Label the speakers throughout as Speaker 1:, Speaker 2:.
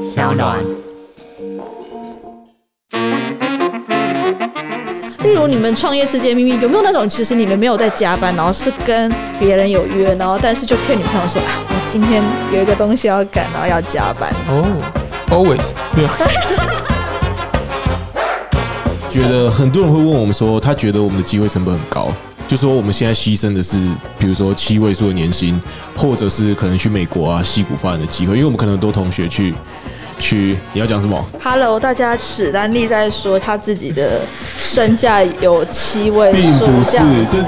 Speaker 1: 小暖。
Speaker 2: 例如你们创业之间秘密有没有那种，其实你们没有在加班，然后是跟别人有约，然后但是就骗女朋友说啊，我今天有一个东西要赶，然后要加班。
Speaker 3: 哦、a l w a y s 没有，
Speaker 4: 觉得很多人会问我们说，他觉得我们的机会成本很高，就说我们现在牺牲的是，比如说七位数的年薪，或者是可能去美国啊西谷发展的机会，因为我们可能很多同学去去，你要讲什么？
Speaker 2: Hello，大家，史丹利在说他自己的身价有七位
Speaker 4: 并
Speaker 2: 数，
Speaker 4: 不
Speaker 2: 这
Speaker 4: 是
Speaker 2: 样，
Speaker 4: 这是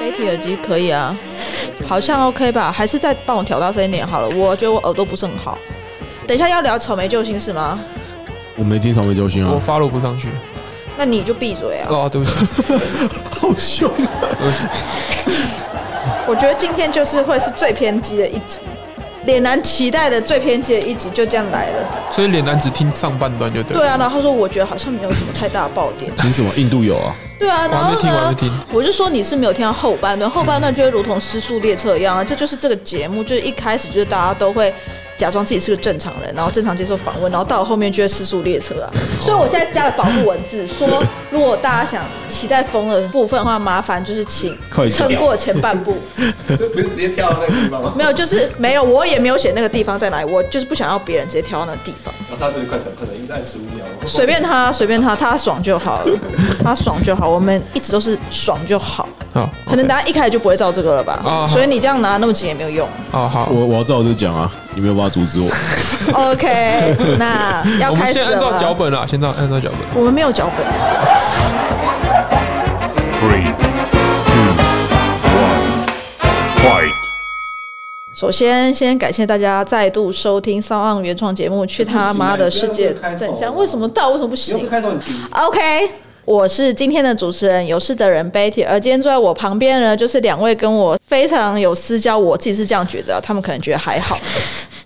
Speaker 2: 飞体耳机可以啊，好像 OK 吧？还是再帮我调大声一点好了，我觉得我耳朵不是很好。等一下要聊草莓救星是吗？
Speaker 4: 我们经常被教训
Speaker 3: 我
Speaker 4: 啊，
Speaker 3: 发落不上去。
Speaker 2: 那你就闭嘴啊！
Speaker 3: 哦，对不 起，
Speaker 4: 好凶、
Speaker 3: 对不起，
Speaker 2: 我觉得今天就是会是最偏激的一集，脸男期待的最偏激的一集就这样来了。
Speaker 3: 所以脸男只听上半段就对了。
Speaker 2: 对啊，然后他说我觉得好像没有什么太大的爆点。
Speaker 4: 凭什么？印度有啊，
Speaker 2: 对啊，然
Speaker 3: 我还没
Speaker 2: 后
Speaker 3: 听，我还没
Speaker 2: 呢？
Speaker 3: 听。
Speaker 2: 我就说你是没有听到后半段，后半段就会如同失速列车一样啊，这就是这个节目，就是一开始就是大家都会假装自己是个正常人，然后正常接受访问，然后到了后面就会失速列车啊。
Speaker 3: 哦
Speaker 2: 所以我现在加了保护文字，说如果大家想期待风的部分的话，麻烦就是请
Speaker 4: 快
Speaker 2: 撑
Speaker 4: 点
Speaker 2: 过前半 部。
Speaker 5: 这不是直接跳到那个地方吗？
Speaker 2: 没有，就是没有，我也没有写那个地方在哪里，我就是不想要别人直接挑那个地方，
Speaker 5: 然后他这里快成，可能一直按十五秒，然后
Speaker 2: 随便他，随便他，他爽就好了，他爽就好，我们一直都是爽就好。
Speaker 3: 好，
Speaker 2: 可能大家一开始就不会照这个了吧
Speaker 3: 啊
Speaker 2: 所以你这样拿那么紧也没有用。
Speaker 3: 哦好，
Speaker 4: 我我要照着讲啊，你没有办法阻止我。
Speaker 2: OK，那 要
Speaker 3: 我们
Speaker 2: 开始
Speaker 3: 先按
Speaker 2: 了
Speaker 3: 照脚
Speaker 2: 吗。
Speaker 3: 本啦，先照按照脚本。
Speaker 2: 我们没有脚本，
Speaker 6: Three, two,
Speaker 4: 嗯
Speaker 6: one, fight.
Speaker 2: 首先先感谢大家再度收听《骚浪原创节目》，去他妈的世界真
Speaker 5: 哎
Speaker 2: 相！为什么到为什么不
Speaker 5: 你用这
Speaker 2: 行
Speaker 5: 啊开头很低，
Speaker 2: ？OK，我是今天的主持人，有事的人 Betty，而今天坐在我旁边呢，就是两位跟我非常有私交，我自己是这样觉得啊，他们可能觉得还好。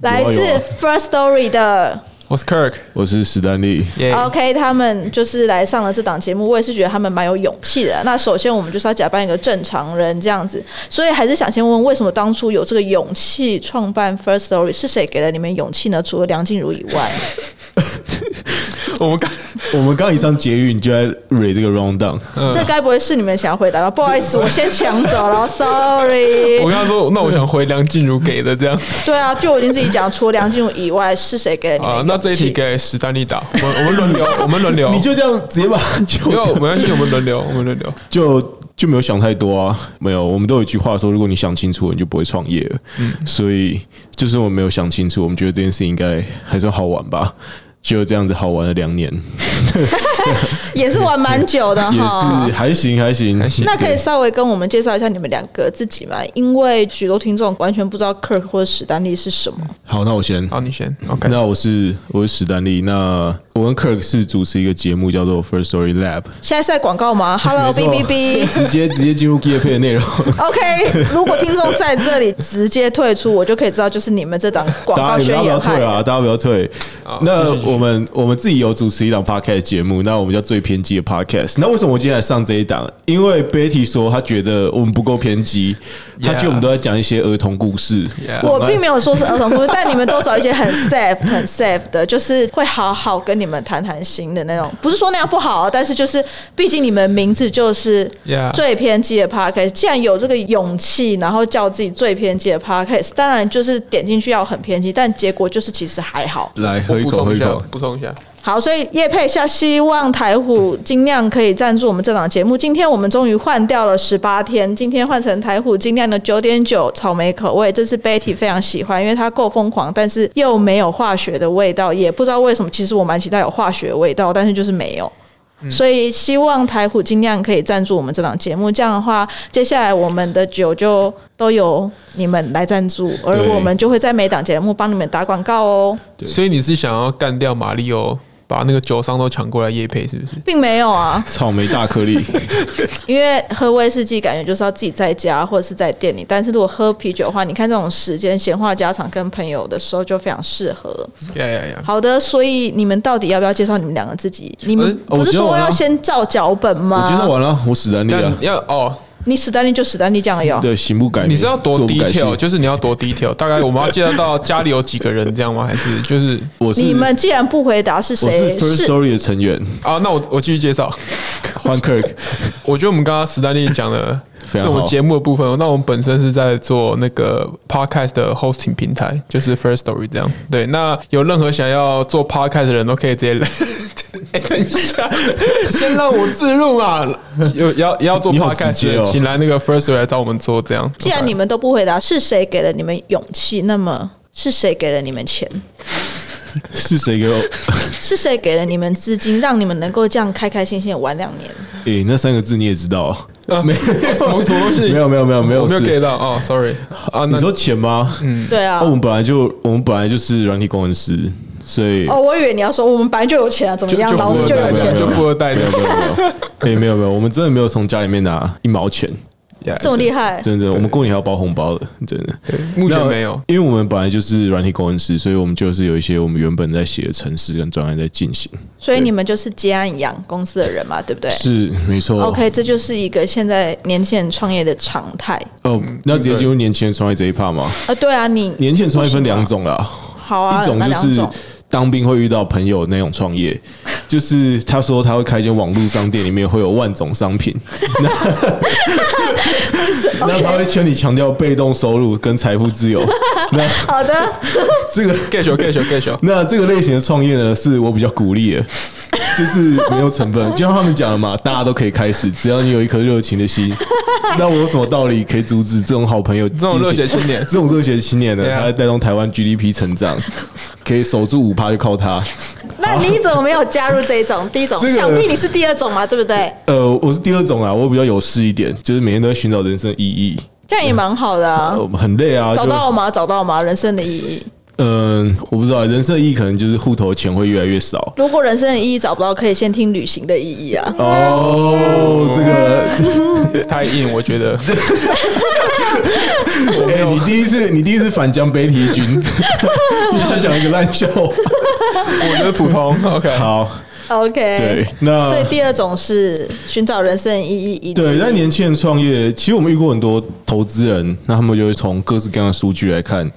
Speaker 2: 来自
Speaker 4: 有啊
Speaker 2: First Story 的
Speaker 3: 我是 Kirk，
Speaker 4: 我是史丹利，
Speaker 3: 耶。
Speaker 2: OK，他们就是来上了这档节目，我也是觉得他们蛮有勇气的。那首先我们就是要假扮一个正常人这样子，所以还是想先问，为什么当初有这个勇气创办 First Story 是谁给了你们勇气呢？除了梁静茹以外，
Speaker 3: 我们刚
Speaker 4: 我们刚一上捷运就在蕊这个 round down，
Speaker 3: 嗯
Speaker 2: 这该不会是你们想要回答吧？不好意思，我先抢走 了，sorry
Speaker 3: 我。跟他说，那我想回梁静茹给的 这样
Speaker 2: 对啊，就我已经自己讲，除了梁静茹以外，是谁给了你们
Speaker 3: 啊
Speaker 2: 勇。气？
Speaker 3: 那这一题给史丹利打，我们我们 轮流，我们轮流。
Speaker 4: 你就这样直接把它揪
Speaker 3: 没
Speaker 4: 掉
Speaker 3: 有，没关系，我们轮流，我们轮流。
Speaker 4: 就就没有想太多啊，没有，我们都有一句话说，如果你想清楚，你就不会创业了。
Speaker 3: 嗯
Speaker 4: 所以就是我们没有想清楚，我们觉得这件事应该还算好玩吧，就这样子好玩了两年，
Speaker 2: 也是玩蛮久的
Speaker 4: 也
Speaker 2: 哈。
Speaker 4: 是还行还行
Speaker 3: 还行
Speaker 2: 哦那可以稍微跟我们介绍一下你们两个自己吗？因为许多听众完全不知道 Kirk 或者史丹利是什么。
Speaker 4: 好，那我先。
Speaker 3: 好，你先。OK，
Speaker 4: 那我是我是史丹利，那我跟 Kirk 是主持一个节目叫做 First Story Lab，
Speaker 2: 现在是在广告 吗？Hello
Speaker 4: 没错
Speaker 2: B B B。
Speaker 4: 直接直接进入业配的内容，
Speaker 2: OK，如果听众在这里直接退出，我就可以知道就是你们这档广
Speaker 4: 大
Speaker 2: 告
Speaker 4: 家
Speaker 2: 宣
Speaker 4: 不要
Speaker 2: 言
Speaker 4: 退
Speaker 2: 派。
Speaker 4: 啊，大家不要退。
Speaker 3: 继
Speaker 4: 那
Speaker 3: 续继续
Speaker 4: 我们我们自己有主持一档 podcast 节目，那我们叫最偏激的 podcast。那为什么我今天来上这一档？因为 Betty 说她觉得我们不够偏激，她
Speaker 3: Yeah
Speaker 4: 觉得我们都在讲一些儿童故事。
Speaker 3: Yeah
Speaker 2: 我并没有说是儿童故事，但你们都找一些很 safe、很 safe 的，就是会好好跟你们谈谈心的那种。不是说那样不好，啊但是就是毕竟你们名字就是
Speaker 3: Yeah
Speaker 2: 最偏激的 podcast，既然有这个勇气，然后叫自己最偏激的 podcast，当然就是点进去要很偏激，但结果就是其实还好。
Speaker 4: 来
Speaker 3: 我
Speaker 4: 喝一
Speaker 3: 补
Speaker 4: 口，喝
Speaker 3: 充一
Speaker 4: 一
Speaker 3: 下
Speaker 4: 口，。
Speaker 3: 补充一下。
Speaker 2: 好，所以叶佩下希望台虎精酿可以赞助我们这档节目。今天我们终于换掉了十八天，今天换成台虎精酿的九点九草莓口味，这是 Betty 非常喜欢，因为它够疯狂，但是又没有化学的味道，也不知道为什么。其实我蛮期待有化学味道，但是就是没有。所以希望台虎精酿可以赞助我们这档节目，这样的话，接下来我们的酒就都由你们来赞助，而
Speaker 4: 对
Speaker 2: 我们就会在每档节目帮你们打广告哦。
Speaker 3: 所以你是想要干掉马里奥，把那个酒商都抢过来夜配，是不是？
Speaker 2: 并没有啊，
Speaker 4: 草莓 大颗粒，
Speaker 2: 因为喝威士忌感觉就是要自己在家或者是在店里，但是如果喝啤酒的话，你看这种时间闲话家常跟朋友的时候就非常适合。
Speaker 3: 呀呀呀！
Speaker 2: 好的，所以你们到底要不要介绍你们两个自己？你们
Speaker 4: 呃
Speaker 2: 不
Speaker 4: 我
Speaker 2: 是
Speaker 4: 觉得
Speaker 2: 说
Speaker 4: 我要
Speaker 2: 要先照脚本
Speaker 4: 我
Speaker 2: 吗？
Speaker 4: 觉得完了，我史丹利啊
Speaker 3: 但，要哦，
Speaker 2: 你史丹利就史丹利这样而已哦。
Speaker 4: 对，行不改名，
Speaker 3: 你是要多
Speaker 4: 坐不改姓
Speaker 3: detail，就是你要多 detail，大概我们要介绍到家里有几个人这样吗？还是就是
Speaker 4: 我是
Speaker 2: 你们既然不回答是
Speaker 4: 我是
Speaker 2: 谁，
Speaker 4: First Story 的成 员，
Speaker 3: 啊？那我我继续介绍。
Speaker 4: 换 Kirk，
Speaker 3: 我觉得我们刚刚史丹利讲的
Speaker 4: 非常好
Speaker 3: 是我们节目的部分哦，那我们本身是在做那个 podcast 的 hosting 平台，就是 First Story 这样。对，那有任何想要做 podcast 的人都可以直接来。 哎、等一下，先让我自入嘛。有要要做
Speaker 4: 你好直
Speaker 3: podcast，
Speaker 4: 接
Speaker 3: 的、
Speaker 4: 哦
Speaker 3: 请来那个 First Story 来找我们做这样。
Speaker 2: 既然你们都不回答是谁给了你们勇气，那么是谁给了你们钱？
Speaker 4: 是谁给我？
Speaker 2: 是谁给了你们资金，让你们能够这样开开心心的玩两年？
Speaker 4: 诶，那三个字你也知道，哦
Speaker 3: 啊没有什么什么东西，
Speaker 4: 没有没有没有没有
Speaker 3: 我没有
Speaker 4: 是
Speaker 3: get 到哦，sorry 啊，
Speaker 4: 你
Speaker 3: 那
Speaker 4: 说钱吗？嗯，
Speaker 2: 对啊，
Speaker 4: 啊，我们本来就我们本来就是软体工程师，所以
Speaker 2: 哦，我以为你要说我们本来就有钱啊，怎么
Speaker 3: 就
Speaker 2: 样，
Speaker 3: 就
Speaker 2: 老
Speaker 3: 富
Speaker 2: 子
Speaker 3: 二
Speaker 2: 就有
Speaker 3: 代这
Speaker 2: 钱
Speaker 3: 样，，就富二代这
Speaker 4: 没
Speaker 3: 样
Speaker 4: 有没有没有，诶，没有 没有，我们真的没有从家里面拿一毛钱，
Speaker 3: Yeah，
Speaker 2: 这么厉害。
Speaker 4: 真的，我们过年还要包红包的，真的。
Speaker 3: 目前
Speaker 4: 那
Speaker 3: 没有，
Speaker 4: 因为我们本来就是软体工程师，所以我们就是有一些我们原本在写的程式跟专案在进行。
Speaker 2: 所以你们就是接案一样公司的人嘛，对不对
Speaker 4: 是没错。
Speaker 2: ？OK，这就是一个现在年轻人创业的常态
Speaker 4: 哦，那直接进入年轻人创业这一趴吗？
Speaker 2: 啊。对啊，你
Speaker 4: 年轻人创业分两种啦，
Speaker 2: 好啊，
Speaker 4: 一种
Speaker 2: 那
Speaker 4: 就
Speaker 2: 两
Speaker 4: 是
Speaker 2: 种
Speaker 4: 当兵会遇到朋友那种创业，就是他说他会开一间网络商店，里面会有万种商品，那那他会劝你强调被动收入跟财富自由。那
Speaker 2: 好的，
Speaker 4: 这个
Speaker 3: get 球 get 球 get 球，
Speaker 4: 那这个类型的创业呢，是我比较鼓励的，就是没有成本，就像他们讲的嘛，大家都可以开始，只要你有一颗热情的心。那我有什么道理可以阻止这种好朋友进
Speaker 3: 这
Speaker 4: 行？
Speaker 3: 种热血青年
Speaker 4: 这种热血青年呢，
Speaker 3: 对啊
Speaker 4: 他会带动台湾 GDP 成长， 可以守住五趴就靠他。
Speaker 2: 那你怎么没有加入这一种？第一种，
Speaker 4: 这个
Speaker 2: 想必你是第二种嘛，对不对？
Speaker 4: 呃，我是第二种啊，我比较有事一点，就是每天都在寻找人生意义。
Speaker 2: 这样也蛮好的 啊。
Speaker 4: 呃，很累啊，
Speaker 2: 找
Speaker 4: 就
Speaker 2: 到吗？找到吗？人生的意义，
Speaker 4: 嗯、我不知道，人生的意义可能就是户头钱会越来 越少。
Speaker 2: 如果人生的意义找不到，可以先听旅行的意义啊。
Speaker 4: 哦，这个
Speaker 3: 太硬，我觉得。 我没
Speaker 4: 哎、
Speaker 3: 有
Speaker 4: 你第一次，你第一次反将北体军， 你想讲一个烂笑话。
Speaker 3: 我觉得普通。OK，
Speaker 4: 好，
Speaker 2: OK，
Speaker 4: 对那
Speaker 2: 所以第二种是寻找人生的意义，以及
Speaker 4: 对，在年轻人创业，其实我们遇过很多投资人，那他们就会从各式各样的数据来看，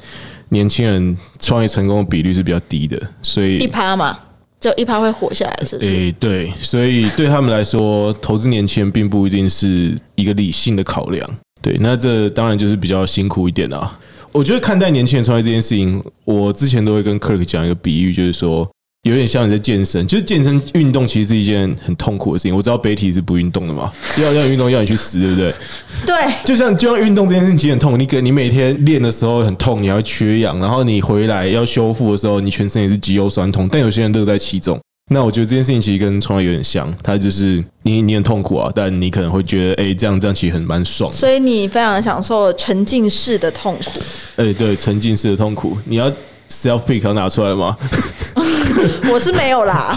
Speaker 4: 年轻人创业成功的比率是比较低的，所以
Speaker 2: 一趴嘛，就一趴会活下来，是不是？
Speaker 4: 诶、对，所以对他们来说，投资年轻人并不一定是一个理性的考量。对，那这当然就是比较辛苦一点啊。我觉得看待年轻人创业这件事情，我之前都会跟 Kirk 讲一个比喻，就是说有点像你在健身，就是健身运动其实是一件很痛苦的事情。我知道 Betty 是不运动的嘛，要要运动要你去死，对不对？
Speaker 2: 对，
Speaker 4: 就像就像运动这件事情其实很痛，你可你每天练的时候很痛，你还会缺氧，然后你回来要修复的时候，你全身也是肌肉酸痛。但有些人乐在其中。那我觉得这件事情其实跟创业有点像，它就是你你很痛苦啊，但你可能会觉得，哎、这样这样其实很蛮爽的。
Speaker 2: 所以你非常享受沉浸式的痛苦。
Speaker 4: 哎、对，沉浸式的痛苦，啊你要 self pick 要拿出来吗？
Speaker 2: 我是没有啦，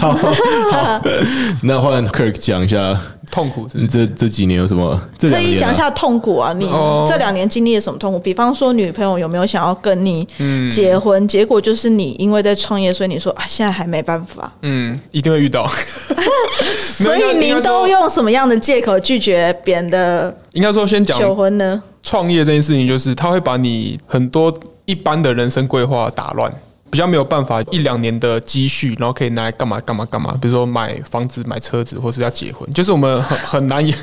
Speaker 4: 那换 Kirk 讲一下，
Speaker 3: 痛苦是
Speaker 4: 你
Speaker 3: 不是
Speaker 4: 这这几年有什么？这
Speaker 2: 可
Speaker 4: 两
Speaker 2: 以
Speaker 4: 年、
Speaker 2: 讲一
Speaker 4: 啊、
Speaker 2: 下痛苦啊。你
Speaker 3: 哦
Speaker 2: 这两年经历了什么痛苦？比方说，女朋友有没有想要跟你
Speaker 3: 嗯
Speaker 2: 结婚？结果就是你因为在创业，所以你说啊，现在还没办法。
Speaker 3: 嗯，一定会 遇到。
Speaker 2: 所以
Speaker 3: 应
Speaker 2: 您
Speaker 3: 该
Speaker 2: 都
Speaker 3: 说
Speaker 2: 用什么样的借口拒绝别人的
Speaker 3: 应该说先讲
Speaker 2: 求婚呢？
Speaker 3: 创业这件事情，就是它会把你很多一般的人生规划打乱，比较没有办法一两年的积蓄，然后可以拿来干嘛干嘛干嘛，比如说买房子、买车子，或是要结婚，就是我们很很难以。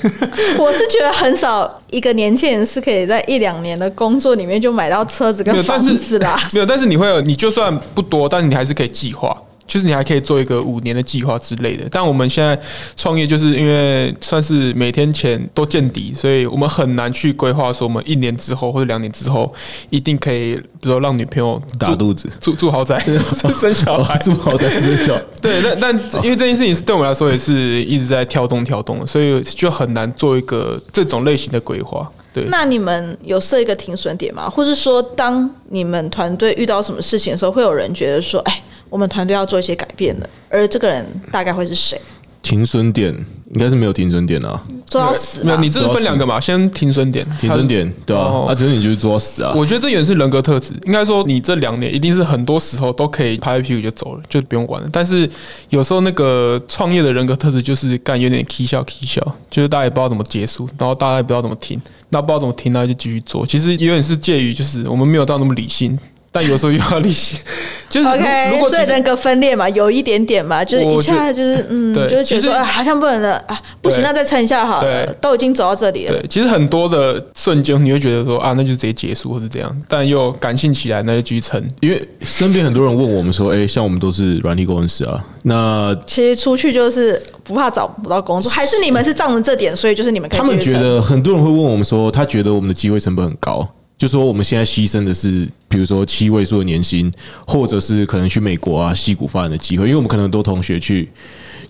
Speaker 2: 我是觉得很少一个年轻人是可以在一两年的工作里面就买到车子
Speaker 3: 没
Speaker 2: 跟
Speaker 3: 有，
Speaker 2: 房
Speaker 3: 但是
Speaker 2: 子啦。
Speaker 3: 没有，但是你会有，你就算不多，但是你还是可以计划，就是你还可以做一个五年的计划之类的。但我们现在创业，就是因为算是每天钱都见底，所以我们很难去规划说我们一年之后或者两年之后一定可以，比如说让女朋友住
Speaker 4: 打肚子
Speaker 3: 住住豪宅、 生小孩、
Speaker 4: 住豪宅之久，
Speaker 3: 对，但但因为这件事情是对我们来说也是一直在跳动跳动的，所以就很难做一个这种类型的规划。对，
Speaker 2: 那你们有设一个停损点吗？或是说，当你们团队遇到什么事情的时候，会有人觉得说：“哎，我们团队要做一些改变的。”而这个人大概会是谁？
Speaker 4: 停损点应该是没有停损点啊，
Speaker 2: 做到死
Speaker 3: 没有，
Speaker 2: 吧。
Speaker 3: 你这是分两个嘛，先停损点，
Speaker 4: 停损点对吧、
Speaker 3: 哦
Speaker 4: 啊？啊，停损点就是做到死啊。
Speaker 3: 我觉得这也是人格特质。应该说，你这两年一定是很多时候都可以拍拍屁股就走了，就不用管了。但是有时候那个创业的人格特质就是干有点 k 笑 k 笑，就是大家也不知道怎么结束，然后大家也不知道怎么停，那不知道怎么停，那就继续做。其实有点是介于就是我们没有到那么理性，但有时候又要理性。 就是如如
Speaker 2: OK，
Speaker 3: 果
Speaker 2: 所以
Speaker 3: 只是
Speaker 2: 人格分裂嘛，有一点点嘛，就是一
Speaker 3: 我觉
Speaker 2: 下就是嗯，
Speaker 3: 对
Speaker 2: 就是觉得
Speaker 3: 其实
Speaker 2: 说啊好像不能了啊，不行，
Speaker 3: 对
Speaker 2: 那再撑一下好了
Speaker 3: 对，
Speaker 2: 都已经走到这里了
Speaker 3: 对，，其实很多的瞬间你会觉得说啊，那就直接结束或是这样，但又感性起来，那就继续撑。
Speaker 4: 因为身边很多人问我们说，哎、像我们都是软体工程师啊，那
Speaker 2: 其实出去就是不怕找不到工作，还是你们是仗着这点，所以就是你们可以
Speaker 4: 他们
Speaker 2: 继续
Speaker 4: 觉
Speaker 2: 撑
Speaker 4: 得很多人会问我们说，他觉得我们的机会成本很高，就说我们现在牺牲的是，比如说七位数的年薪，或者是可能去美国啊戏骨发展的机会，因为我们可能很多同学去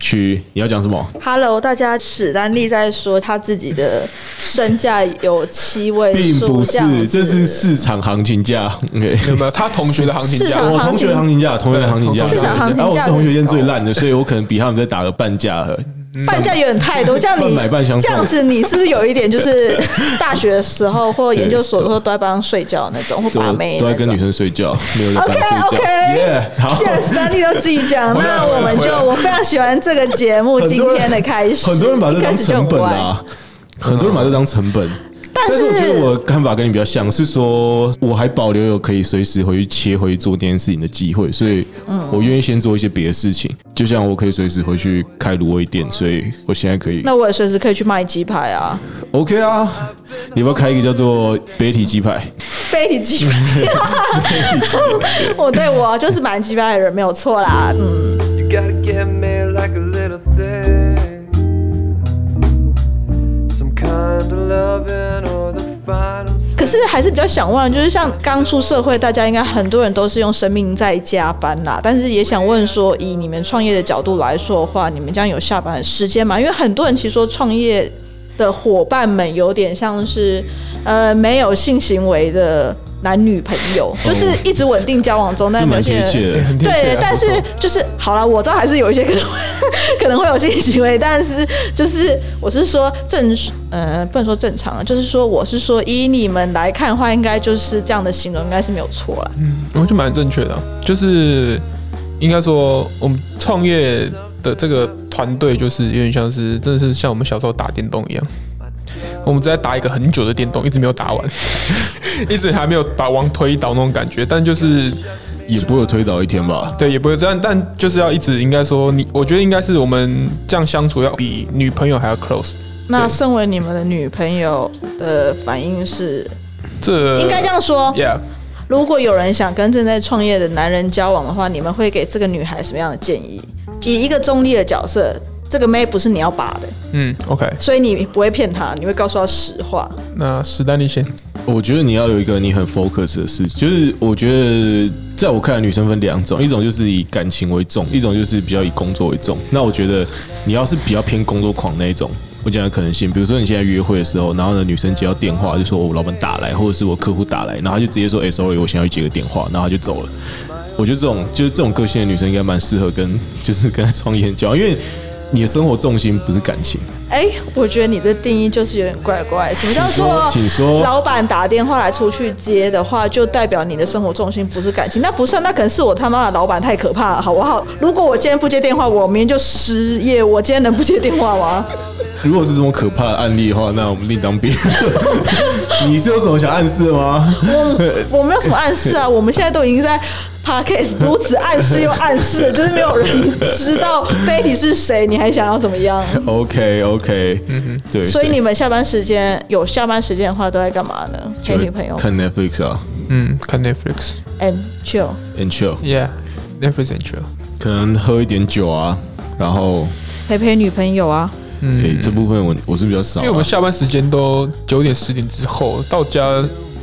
Speaker 4: 去，你要讲什么？
Speaker 2: Hello，大家，史丹利在说他自己的身价有七位
Speaker 4: 并
Speaker 2: 数，
Speaker 4: 不
Speaker 2: 样子
Speaker 4: 是，这是市场行情价。OK，
Speaker 3: 有没有？他同学的行情
Speaker 2: 市
Speaker 3: 价
Speaker 2: 场
Speaker 4: 我同学行情价，同学行情价，啊
Speaker 2: 市场行情价哦
Speaker 4: 然后我是同学间最烂的，所以我可能比他们再打个半价。
Speaker 2: 半价有点太多，这样你
Speaker 4: 半买半相
Speaker 2: 这
Speaker 4: 送
Speaker 2: 样子你是不是有一点就是 大学的时候或研究所的时候
Speaker 4: 对
Speaker 2: 都在班上睡觉那种，或
Speaker 4: 都
Speaker 2: 把妹
Speaker 4: 都
Speaker 2: 那
Speaker 4: 在跟
Speaker 2: 种
Speaker 4: 女？生睡觉，没有在
Speaker 2: OK
Speaker 4: 班上睡觉。耶
Speaker 2: OK，
Speaker 4: 好
Speaker 2: 既。然史丹利都自己 讲，
Speaker 4: 回来
Speaker 2: 那我们就
Speaker 4: 回来
Speaker 2: 我非常喜欢这个节目
Speaker 4: 很
Speaker 2: 今
Speaker 4: 多人
Speaker 2: 天的开始，
Speaker 4: 很多人把这
Speaker 2: 一开
Speaker 4: 当
Speaker 2: 始就
Speaker 4: 成
Speaker 2: 很
Speaker 4: 本
Speaker 2: 歪嗯
Speaker 4: 啊，很多人把这当成本。
Speaker 2: 但
Speaker 4: 但是我觉得
Speaker 2: 是
Speaker 4: 我的看法跟你比较像，是说我还保留有可以随时回去切回去做这件事情的机会，所以
Speaker 2: 嗯
Speaker 4: 我愿意先做一些别的事情。就像我可以随时回去开卤味店，所以我现在可以
Speaker 2: 那我也随时可以去卖鸡排 啊，
Speaker 4: OK 啊。你要不要开一个叫做北体鸡排？
Speaker 2: 非你鸡排。 我哦对我就是蛮鸡排的人，没有错啦，嗯。
Speaker 1: You gotta get me like a little thing. Some kind of loving or the final
Speaker 2: 可是还是比较想问，就是像刚出社会，大家应该很多人都是用生命在加班啦。但是也想问说，以你们创业的角度来说的话，你们这样有下班的时间吗？因为很多人其实说创业的伙伴们有点像是呃没有性行为的男女朋友，就是一直稳定交往中，但
Speaker 4: 是
Speaker 2: 有
Speaker 4: 蛮
Speaker 2: 些
Speaker 4: 贴
Speaker 2: 人
Speaker 4: 切的。
Speaker 3: 很贴切
Speaker 2: 对
Speaker 3: 啊，
Speaker 2: 但是就是好了，我知道还是有一些可能会可能会有性行为，但是就是我是说正呃不能说正常啊，就是说我是说以你们来看的话，应该就是这样的形容应该是没有错啦。
Speaker 3: 我觉得蛮正确的啊、就是应该说我们创业的这个团队，就是有点像是真的是像我们小时候打电动一样，我们在打一个很久的电动，一直没有打完， 一直还没有把王推倒那种感觉，但就是
Speaker 4: 也不会有推倒一天吧？
Speaker 3: 对，也不会，但但就是要一直应该说你，我觉得应该是我们这样相处要比女朋友还要 close。
Speaker 2: 那身为你们的女朋友的反应是，
Speaker 3: 这
Speaker 2: 应该这样说。
Speaker 3: ，Yeah，
Speaker 2: 如果有人想跟正在创业的男人交往的话，你们会给这个女孩什么样的建议？以一个中立的角色，这个妹不是你要把的，
Speaker 3: 嗯，OK，
Speaker 2: 所以你不会骗她，你会告诉她实话。
Speaker 3: 那史丹利先，
Speaker 4: 我觉得你要有一个你很 focus 的事，就是我觉得在我看来，女生分两种，一种就是以感情为重，一种就是比较以工作为重。那我觉得你要是比较偏工作狂那一种，我讲的可能性，比如说你现在约会的时候，然后呢女生接到电话就说我老板打来，或者是我客户打来，然后她就直接说哎、sorry，我现在要去接个电话，然后她就走了。我觉得这种就是这种个性的女生应该蛮适合跟就是跟她创业交往，因为你的生活重心不是感情。
Speaker 2: 哎、我觉得你这定义就是有点怪怪。什么叫做
Speaker 4: 请说请说
Speaker 2: 老板打电话来出去接的话，就代表你的生活重心不是感情？那不是啊，那可能是我他妈的老板太可怕了，好不好？如果我今天不接电话，我明天就失业。我今天能不接电话 吗？
Speaker 4: 如果是这么可怕的案例的话，那我们另当别论。 你是有什么想暗示的吗？
Speaker 2: 我没有什么暗示啊，我们现在都已经在 podcast 如此暗示又暗示，就是没有人知道 Betty 是谁，你还想要怎么 样？
Speaker 4: OK OK，嗯哼，对，
Speaker 2: 所以你们下班时间有下班时间的话，都在干嘛呢？陪
Speaker 4: 就
Speaker 2: 女朋友哎
Speaker 4: 看 Netflix 啊
Speaker 3: 嗯，看 Netflix，Yeah，Netflix
Speaker 2: and chill。
Speaker 4: ，and chill，
Speaker 3: and chill。
Speaker 4: 可能喝一点酒啊，然后
Speaker 2: 陪陪女朋友啊。
Speaker 4: 哎、诶这部分我我是比较少
Speaker 3: 嗯因
Speaker 4: 啊、
Speaker 3: 为我们下班时间都九点十点之后到家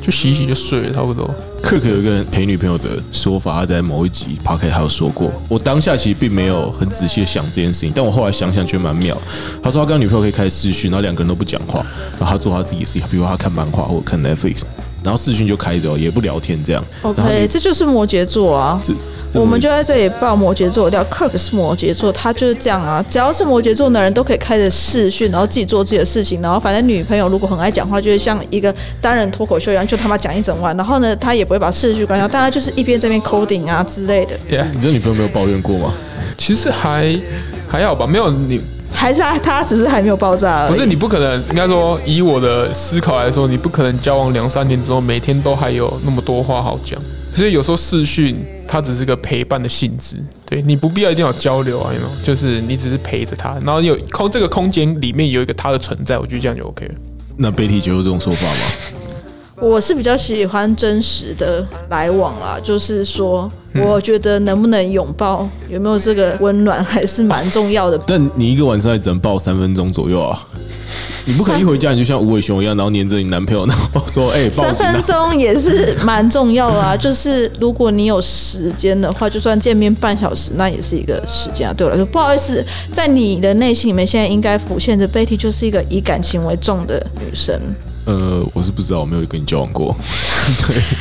Speaker 3: 就洗一洗就睡了，差不多。
Speaker 4: Kirk 有一个陪女朋友的说法，他在某一集 p o c a s t 还有说过。我当下其实并没有很仔细的想这件事情，但我后来想想觉得蛮妙。他说他跟他女朋友可以开视讯，然后两个人都不讲话，然后他做他自己的事情，比如他看漫画或者看 Netflix。然后视讯就开着哦，也不聊天这样。然后
Speaker 2: OK，这就是摩羯座啊。
Speaker 4: 这这
Speaker 2: 我们就在这里爆摩羯座料，Kirk 是摩羯座，他就是这样啊。只要是摩羯座的人都可以开着视讯，然后自己做自己的事情，然后反正女朋友如果很爱讲话，就是像一个单人脱口秀一样，就他妈讲一整晚。然后呢，他也不会把视讯关掉，大家就是一边这边 coding 啊之类的。
Speaker 3: Yeah，
Speaker 4: 你这女朋友没有抱怨过吗？
Speaker 3: 其实还还好吧，没有你
Speaker 2: 还是他他只是还没有爆炸而已。
Speaker 4: 嗯
Speaker 3: 不是你不可能，应该说以我的思考来说，你不可能交往两三年之后，每天都还有那么多话好讲。所以有时候视讯它只是个陪伴的性质，对你不必要一定要交流啊，you know，就是你只是陪着他，然后有空这个空间里面有一个他的存在，我觉得这样就 OK 了。
Speaker 4: 那贝蒂觉得有这种说法吗？
Speaker 2: 我是比较喜欢真实的来往啦，就是说，
Speaker 4: 嗯
Speaker 2: 我觉得能不能拥抱，有没有这个温暖，还是蛮重要的。
Speaker 4: 但你一个晚上也只能抱三分钟左右啊。你不可能一回家你就像无尾熊一样，然后黏着你男朋友，然后说：“哎、
Speaker 2: 三
Speaker 4: 抱紧啊
Speaker 2: 分钟也是蛮重要的啊，就是如果你有时间的话，就算见面半小时，那也是一个时间啊。对我来说，不好意思，在你的内心里面，现在应该浮现着 Betty 就是一个以感情为重的女生。
Speaker 4: 呃，我是不知道，我没有跟你交往过。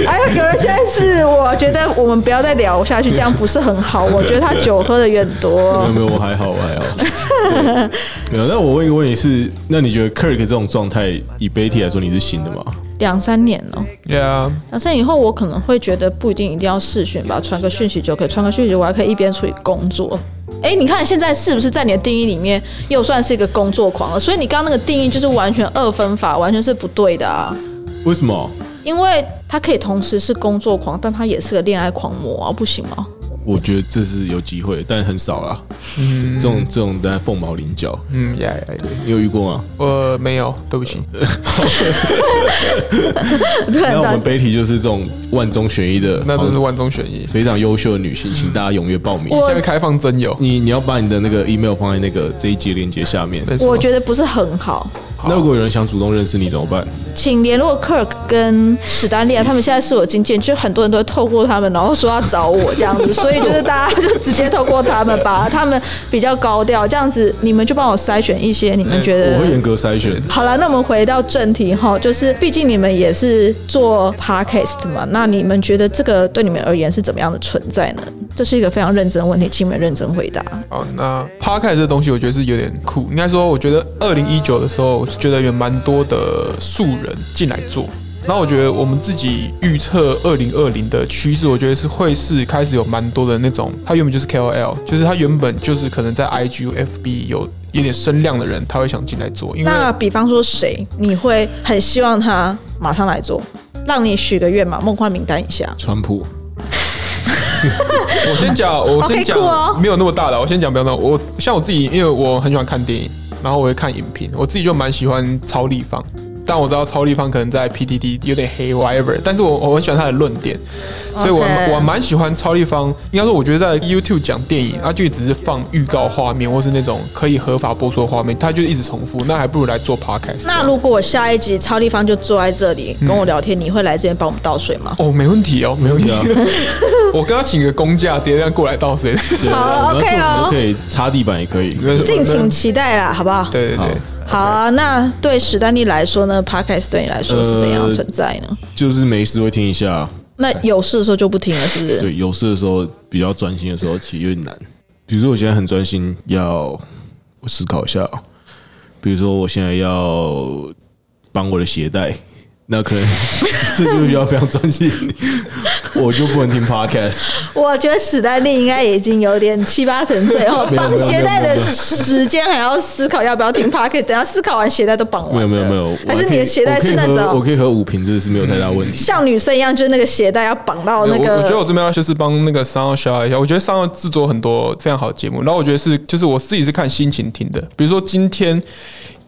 Speaker 2: 哎呦，有人现在是我觉得我们不要再聊下去，这样不是很好。我觉得他酒喝的有点
Speaker 4: 没
Speaker 2: 多
Speaker 4: 有，没有，我还好，我还好。 对没有，那我问一个问题是，那你觉得 Kirk 这种状态，以 Betty 来说，你是行的吗？
Speaker 2: 两三年了、
Speaker 3: Yeah，
Speaker 2: 两三年以后，我可能会觉得不一定一定要视讯吧，传个讯息就可以，传个讯息我还可以一边处理工作。哎，你看现在是不是在你的定义里面又算是一个工作狂了？所以你刚刚那个定义就是完全二分法，完全是不对的啊！
Speaker 4: 为什么？
Speaker 2: 因为他可以同时是工作狂，但他也是个恋爱狂魔啊，不行吗？
Speaker 4: 我觉得这是有机会，但很少啦。嗯，这种这种当然凤毛麟角。
Speaker 3: 嗯，Yeah Yeah，, yeah
Speaker 4: 你有遇过吗？
Speaker 3: 我没有，对不起。
Speaker 2: 对啊
Speaker 4: 那我们
Speaker 2: 然
Speaker 4: Betty 就是这种万中选一的，哦
Speaker 3: 那真是万中选一。
Speaker 4: 非常优秀的女
Speaker 2: 嗯
Speaker 4: 性，请大家踊跃报名。
Speaker 3: 现在开放真有，
Speaker 4: 你你要把你的那个 email 放在那个这一节链接下面。
Speaker 3: 没错
Speaker 2: 我觉得不是很好。
Speaker 4: 那如果有人想主动认识你怎么办？
Speaker 2: 请联络 Kirk 跟史丹利啊，他们现在是我经纪人，就很多人都会透过他们，然后说要找我这样子，所以就是大家就直接透过他们吧，他们比较高调，这样子你们就帮我筛选一些你们觉
Speaker 4: 哎我会严
Speaker 2: 得。
Speaker 4: 格筛选。
Speaker 2: 好了，那我们回到正题哈，就是毕竟你们也是做 podcast 嘛，那你们觉得这个对你们而言是怎么样的存在呢？这是一个非常认真的问题，请你们认真回答。
Speaker 3: 好，那 podcast 这东西我觉得是有点酷，应该说我觉得二零一九的时候，我是觉得有蛮多的素人进来做。然后我觉得我们自己预测二零二零的趋势，我觉得是会是开始有蛮多的那种，他原本就是 KOL，就是他原本就是可能在 IG、FB 有有点声量的人，他会想进来做，因为
Speaker 2: 那比方说谁，你会很希望他马上来做，让你许个愿嘛，梦幻名单一下。
Speaker 4: 川普，
Speaker 3: 我 先讲，我先
Speaker 2: OK，酷哦
Speaker 3: 讲，没有那么大的，我先讲，不要那么我像我自己，因为我很喜欢看电影，然后我会看影评，我自己就蛮喜欢超立方，但我知道超立方可能在 PTT 有点黑 whatever，但是我我很喜欢他的论点，所以我
Speaker 2: OK
Speaker 3: 我蛮喜欢超立方。应该说，我觉得在 YouTube 讲电影，啊它就只是放预告画面或是那种可以合法播出的画面，它就一直重复，那还不如来做 podcast。
Speaker 2: 那如果我下一集超立方就坐在这里跟我聊天，你会来这边帮我们倒水吗？
Speaker 3: 哦，没问题哦，没问题
Speaker 4: 啊。
Speaker 3: 我跟他请个公假，直接这样过来倒水。
Speaker 4: 对，
Speaker 2: 好
Speaker 4: 我们要做
Speaker 2: OK
Speaker 4: 什么
Speaker 2: 哦
Speaker 4: 都可以擦地板也可以。
Speaker 2: 敬请期待啦，好不好？
Speaker 3: 嗯对对
Speaker 4: 好
Speaker 3: 对。
Speaker 2: 好啊。那对史丹利来说呢，Podcast 对你来说是怎样的
Speaker 4: 呃
Speaker 2: 存在呢？
Speaker 4: 就是没事会听一下，
Speaker 2: 那有事的时候就不听了，是不是？
Speaker 4: 对，有事的时候比较专心的时候，其实有点难。比如说我现在很专心，要我思考一下哦，比如说我现在要绑我的鞋带，那 可能这就需要非常专心，我就不能听 podcast。
Speaker 2: 我觉得史丹利应该已经有点七八成醉哦，
Speaker 4: 没有
Speaker 2: 绑
Speaker 4: 没有
Speaker 2: 鞋带
Speaker 4: 没有
Speaker 2: 的
Speaker 4: 没有
Speaker 2: 时间还要思考要不要听 Podcast，等下思考完鞋带都绑完
Speaker 4: 没
Speaker 2: 了
Speaker 4: 有没有没有，
Speaker 2: 还是你的鞋带是那
Speaker 4: 我可以喝
Speaker 2: 种嗯
Speaker 4: 我可以喝五瓶，这个是没有太大问题。
Speaker 2: 像女生一样，就是那个鞋带要绑到哦那
Speaker 3: 我我觉得
Speaker 2: 个
Speaker 3: 我这边要就是帮那个商要消化一下，我觉得商要制作很多非常好的节目，然后我觉得是就是我自己是看心情听的，比如说今天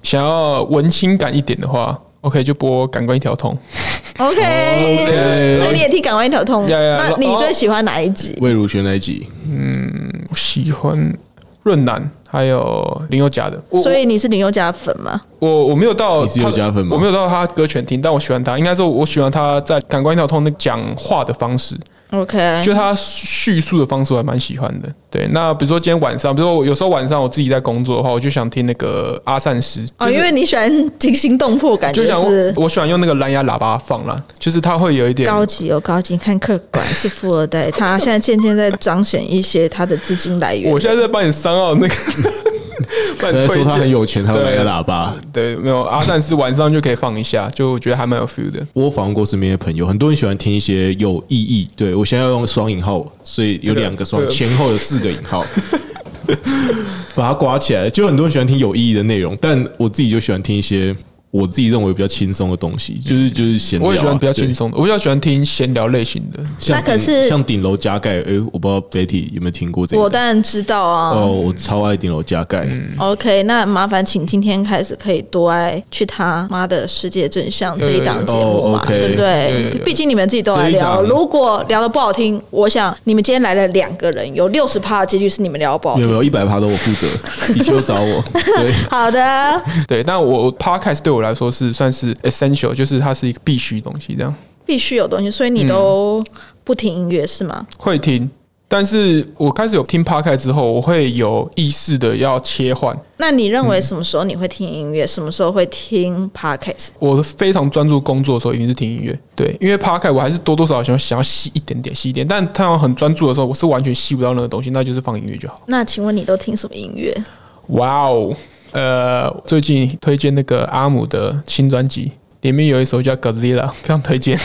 Speaker 3: 想要文青感一点的话。OK，就播《感官一条通
Speaker 2: OK，所以你也替港湾一条痛。
Speaker 3: 呀呀
Speaker 2: 那你最喜欢哪一集？
Speaker 4: 魏如萱那 一集，》，
Speaker 3: 我喜欢润南，还有林宥嘉的。我
Speaker 2: 所以你是林宥嘉的粉吗？
Speaker 3: 我我没有到
Speaker 4: 你是宥嘉粉吗
Speaker 2: 嗯
Speaker 3: 我没有到他歌全听，但我喜欢他，应该说我喜欢他在《感官一条通》那讲话的方式。
Speaker 2: OK，
Speaker 3: 就他叙述的方式我还蛮喜欢的。对，那比如说今天晚上，比如说我有时候晚上我自己在工作的话，我就想听那个阿善师，
Speaker 2: 哦，因为你喜欢惊心动魄，感觉
Speaker 3: 就想
Speaker 2: 是
Speaker 3: 我喜欢用那个蓝牙喇叭放啦，就是它会有一点
Speaker 2: 高级有哦高级。你看客管是富二代，他现在渐渐在彰显一些他的资金来源
Speaker 3: 我。现在在帮你商奥 那个，帮
Speaker 4: 虽
Speaker 3: 你
Speaker 4: 然
Speaker 3: 推
Speaker 4: 说他很
Speaker 3: 荐。
Speaker 4: 有钱，他有蓝牙喇叭。
Speaker 3: 对，没有阿善是晚上就可以放一下，就我觉得还蛮有 feel 的。
Speaker 4: 我访问过身边的朋友，很多人喜欢听一些有意义。对我现在要用双引号，所以有两个双
Speaker 3: 这，个
Speaker 4: 前后有四个引 号，把它刮起来。就很多人喜欢听有意义的内容，但我自己就喜欢听一些我自己认为比较轻松的东西，就是就是闲
Speaker 3: 嗯
Speaker 4: 聊啊。
Speaker 3: 我也喜欢比较轻
Speaker 4: 对，
Speaker 3: 松的，我比较喜欢听闲聊类型的。
Speaker 4: 像
Speaker 2: 那可
Speaker 4: 顶
Speaker 2: 是
Speaker 4: 像顶楼加盖，诶，我不知道 Betty 有没有听过这个？
Speaker 2: 我当然知道
Speaker 4: 哦，
Speaker 2: 啊。
Speaker 4: 我超爱顶楼加盖。
Speaker 3: 嗯
Speaker 2: OK，那麻烦请今天开始可以多爱去他妈的世界真相这一档节目嘛，
Speaker 4: 哦，OK，
Speaker 2: 对不
Speaker 3: 有有
Speaker 2: 对
Speaker 3: 有？
Speaker 2: 毕竟你们自己都来聊，
Speaker 4: 这一档
Speaker 2: 如果聊的不好听，我想你们今天来了两个人，有六十趴的几率是你们聊得不好
Speaker 4: 没有
Speaker 2: 听。
Speaker 4: 没有，一百趴都我负责， 你就找我。对，
Speaker 2: 好的，
Speaker 3: 对，但我我 podcast 对我来说是算是 essential，就是它是一个必须东西，这样
Speaker 2: 必须有东西，所以你都不听音乐是吗？
Speaker 3: 会听。但是我开始有听 podcast 之后，我会有意识的要切换，
Speaker 2: 那你认为什么时候你会听音乐，什么时候会听 podcast？
Speaker 3: 我非常专注工作的时候，一定是听音乐。对，因为 podcast 我还是多多少少想想要吸一点点，吸一点。但他很专注的时候，我是完全吸不到那个东西，那就是放音乐就好。
Speaker 2: 那请问你都听什么音乐？
Speaker 3: 哇哦，呃，最近推荐那个阿姆的新专辑，里面有一首叫《Godzilla》，非 常推荐。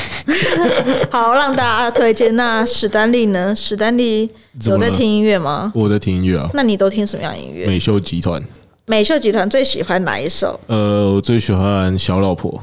Speaker 2: 好，让大家推荐。那史丹利呢？史丹利
Speaker 4: 怎
Speaker 2: 有
Speaker 4: 么了
Speaker 2: 在听音乐吗？
Speaker 4: 我在听音乐啊，
Speaker 2: 那你都听什么样的音乐？
Speaker 4: 美秀集团。
Speaker 2: 美秀集团最喜欢哪一首？
Speaker 4: 呃，我最喜欢小老婆。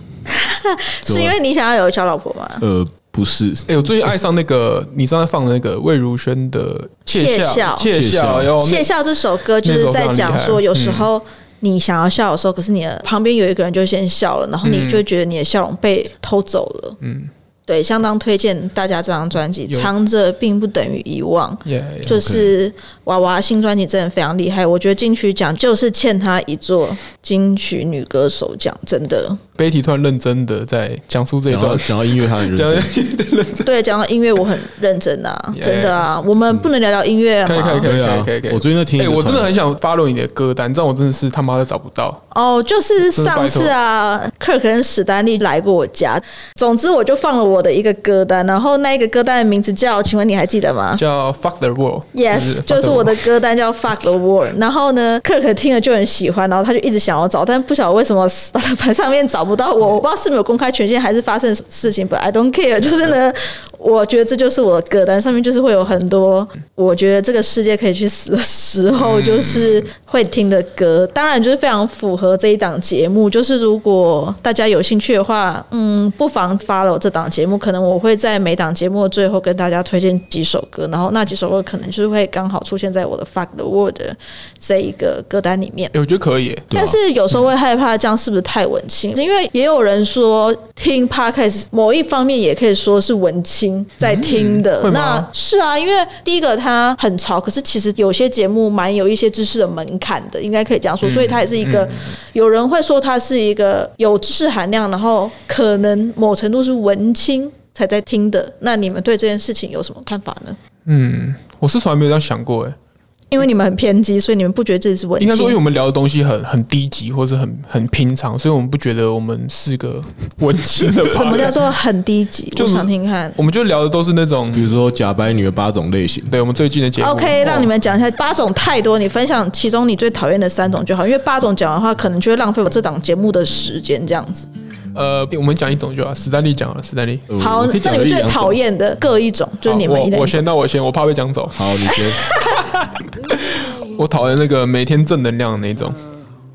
Speaker 4: 怎
Speaker 2: 是
Speaker 4: 么
Speaker 2: 因为你想要有小老婆吗？
Speaker 4: 呃，不是，
Speaker 3: 哎、我最近爱上那个你上次放的那个魏如萱的《
Speaker 2: 窃
Speaker 3: 窃
Speaker 2: 笑
Speaker 3: 笑》，窃
Speaker 4: 窃笑
Speaker 3: 笑，然后
Speaker 2: 《
Speaker 3: 那
Speaker 2: 窃笑》这首歌就
Speaker 3: 哦那
Speaker 2: 是
Speaker 3: 首
Speaker 2: 在
Speaker 3: 非常
Speaker 2: 讲
Speaker 3: 厉害嗯
Speaker 2: 说，有时候你想要笑的时候，可是你的旁边有一个人就先笑了，然后
Speaker 3: 嗯
Speaker 2: 你就觉得你的笑容被偷走了。嗯，对，相当推荐大家这张专辑《
Speaker 3: 有
Speaker 2: 藏着并不等于遗忘》。
Speaker 3: Yeah, yeah.
Speaker 2: 就是娃娃新专辑真的非常厉害，我觉得金曲奖就是欠她一座金曲女歌手奖，真的。
Speaker 3: Betty 突然认真的在讲述这一
Speaker 4: 讲到
Speaker 3: 段，
Speaker 4: 讲到音乐，他很认
Speaker 3: 讲
Speaker 4: 真。
Speaker 2: 对，讲到音乐我很认真 啊，真的啊，我们不能聊聊音乐
Speaker 3: 可以可以
Speaker 2: 吗？
Speaker 3: 可
Speaker 4: 对
Speaker 3: 以
Speaker 4: 啊
Speaker 3: 可以可以可以。
Speaker 4: 我最近在听一
Speaker 3: 哎、
Speaker 4: 个
Speaker 3: 我真的
Speaker 4: 团
Speaker 3: 很想 follow 你的歌单，但我真的是他妈的找不到。
Speaker 2: 哦，就是上次啊，克跟史丹利来过我家，总之我就放了我的一个歌单，然后那一个歌单的名字叫，请问你还记得吗？
Speaker 3: 叫 Fuck the World。
Speaker 2: Yes，就是我的。歌单叫 Fuck the World，然后呢，Kirk 听了就很喜欢，然后他就一直想要找，但不晓得为什么板上面找不到我，我不知道是没有公开权限还是发生什么事情，But I don't care，就是呢，我觉得这就是我的歌单，上面就是会有很多我觉得这个世界可以去死的时候，就是会听的歌，当然就是非常符合这一档节目，就是如果大家有兴趣的话，嗯，不妨 follow 这档节目，可能我会在每档节目的最后跟大家推荐几首歌，然后那几首歌可能就是会刚好出现在我的 Fuck the World 的这一个歌单里面。
Speaker 3: 哎、我觉得可以耶、
Speaker 4: 对啊
Speaker 2: 但是有时候会害怕这样是不是太文青？因为也有人说听 podcast 某一方面也可以说是文青在听的。
Speaker 3: 嗯会吗
Speaker 2: 那是啊，因为第一个它很潮，可是其实有些节目蛮有一些知识的门槛的，应该可以这样
Speaker 3: 嗯
Speaker 2: 说。所以它也是一个，有人会说它是一个有知识含量，然后可能某程度是文青。才在听的，那你们对这件事情有什么看法呢？
Speaker 3: 我是从来没有这样想过、哎，
Speaker 2: 因为你们很偏激，所以你们不觉得自己是文青。
Speaker 3: 应该说，因为我们聊的东西很很低级，或是很很平常，所以我们不觉得我们是 个文青的吧。
Speaker 2: 什么叫做很低级？
Speaker 3: 就
Speaker 2: 我
Speaker 3: 是
Speaker 2: 想听看。
Speaker 3: 我们就聊的都是那种，
Speaker 4: 比如说假白女的八种类型，
Speaker 3: 对我们最近的节目。
Speaker 2: OK，
Speaker 3: 哦
Speaker 2: 让你们讲一下八种太多，你分享其中你最讨厌的三种就好，因为八种讲的话，可能就会浪费我这档节目的时间这样子。
Speaker 3: 呃，我们讲一种就好。史丹利讲了，史丹利。
Speaker 4: 呃
Speaker 2: 好，
Speaker 4: 我可以
Speaker 2: 那
Speaker 4: 讲
Speaker 2: 你们
Speaker 4: 一
Speaker 2: 最
Speaker 4: 两种
Speaker 2: 讨厌的各一种，就是你们
Speaker 3: 好
Speaker 2: 一人
Speaker 3: 我
Speaker 2: 一
Speaker 3: 我
Speaker 2: 种。
Speaker 3: 先，那我先，我怕被讲走。
Speaker 4: 好，你先。
Speaker 3: 我讨厌那个每天正能量的那种，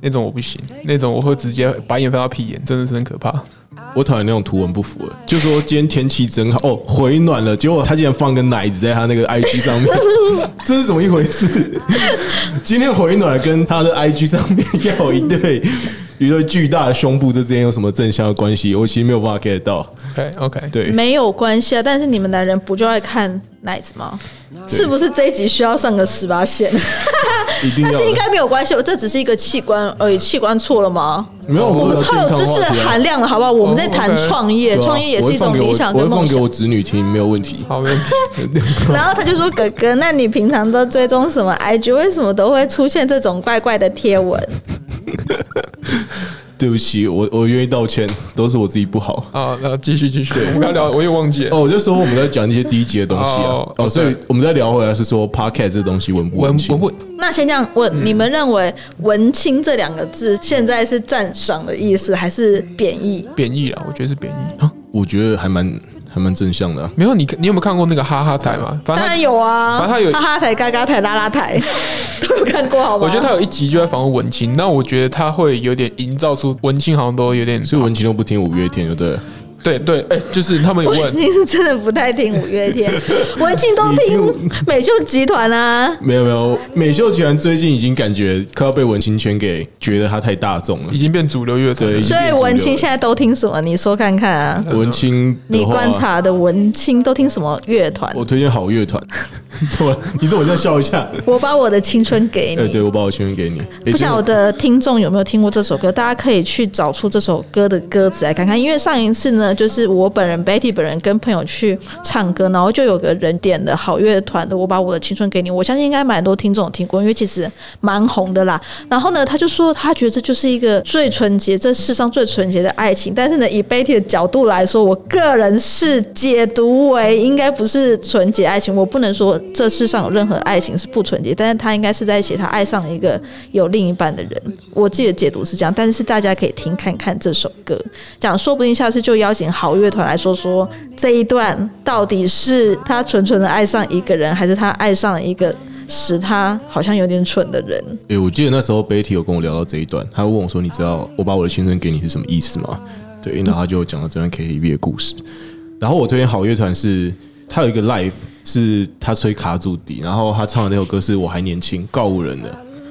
Speaker 3: 那种我不行，那种我会直接白眼翻到屁眼，真的是很可怕。
Speaker 4: 我讨厌那种图文不符的，就说今天天气真好哦，回暖了，结果他竟然放个奶子在他那个 IG 上 面，这是怎么一回事？今天回暖跟他的 IG 上面要一对与对巨大的胸部这之间有什么正向的关系，我其实没有办法 get 到。
Speaker 3: OK OK，
Speaker 4: 对，
Speaker 2: 没有关系啊，但是你们男人不就爱看奶子吗？是不是这一集需要上个十八线？
Speaker 4: 一定
Speaker 2: 但
Speaker 4: 要的
Speaker 2: 是应该没有关系，我这只是一个器官而已，器官错了吗？
Speaker 4: 没有我们
Speaker 2: 我
Speaker 4: 有
Speaker 2: 超有知识的含量了，好不好？我们在谈创业，
Speaker 4: 啊对啊
Speaker 2: 创业也是一种理想
Speaker 4: 我
Speaker 2: 跟
Speaker 4: 会放
Speaker 2: 梦
Speaker 4: 给
Speaker 2: 想
Speaker 4: 我。子女听，没有问题。
Speaker 3: 好，没问题。
Speaker 2: 然后他就说：“哥哥，那你平常都追踪什么 IG？为什么都会出现这种怪怪的贴文？
Speaker 4: 对不起，我我愿意道歉，都是我自己不好。
Speaker 3: 好，那继续继续，我们刚聊，我也忘记了。
Speaker 4: 哦，我就说我们在讲一些低级的东西啊
Speaker 3: 哦，
Speaker 4: 哦，
Speaker 3: 对
Speaker 4: 所以我们再聊回来是说 podcast 这东西文不
Speaker 3: 文
Speaker 4: 清
Speaker 3: 文不
Speaker 2: 那先这样问，你们认为‘文青’这两个字现在是赞赏的意思，还是贬义？
Speaker 3: 贬义啦，我觉得是贬义。
Speaker 4: 啊我觉得还蛮还蛮正向的啊、
Speaker 3: 没有你，你有没有看过那个哈哈台嘛？
Speaker 2: 当
Speaker 3: 反正
Speaker 2: 然
Speaker 3: 他
Speaker 2: 有啊，
Speaker 3: 反正他有
Speaker 2: 哈哈台、嘎嘎台、拉拉台 都有看过，好吗？
Speaker 3: 我觉得他有一集就在访问文青，那我觉得他会有点营造出文青好像都有点，
Speaker 4: 所以文琪都不听五月天，就对了。
Speaker 3: 对对，哎、就是他们有
Speaker 2: 我
Speaker 3: 问，
Speaker 2: 你是真的不太听五月 天，文青都听美秀集团啊。
Speaker 4: 没有没有，美秀集团最近已经感觉快要被文青圈给觉得它太大众了
Speaker 3: 已。经变主流乐团了
Speaker 4: 对，
Speaker 2: 所以文青现在都听什么？你说看看啊。
Speaker 4: 文青的
Speaker 2: 你
Speaker 3: 啊
Speaker 4: 话
Speaker 2: 观，察的文青都听什么乐团？
Speaker 4: 我推荐好乐团。 怎么？你怎么这样笑一下？
Speaker 2: 我把我的青春给
Speaker 4: 哎，
Speaker 2: 你。
Speaker 4: 对，我把我圈给你。哎
Speaker 2: 不晓，得听众有没有听过这首歌，大家可以去找出这首歌的歌词来看看。因为上一次呢，就是我本人 Betty 本人跟朋友去唱歌，然后就有个人点的好乐团的《我把我的青春给你》，我相信应该蛮多听众有听过，因为其实蛮红的啦。然后呢，他就说他觉得这就是一个最纯洁，这世上最纯洁的爱情。但是呢，以 Betty 的角度来说，我个人是解读为应该不是纯洁爱情。我不能说这世上有任何爱情是不纯洁，但是他应该是在写他爱上一个有另一半的人。我自己的解读是这样，但是大家可以听看看这首歌，这样说不定下次就邀请好乐团来说说这一段到底是他纯纯的爱上一个人，还是他爱上一个使他好像有点蠢的人。
Speaker 4: 哎，我记得那时候 Betty 有跟我聊到这一段，他问我说：“你知道我把我的青春给你是什么意思吗？”对，然后他就讲了这段 KTV 的故事。然后我推荐好乐团是，他有一个 live 是他吹卡祖笛，然后他唱的那首歌是《我还年轻》，告五人的。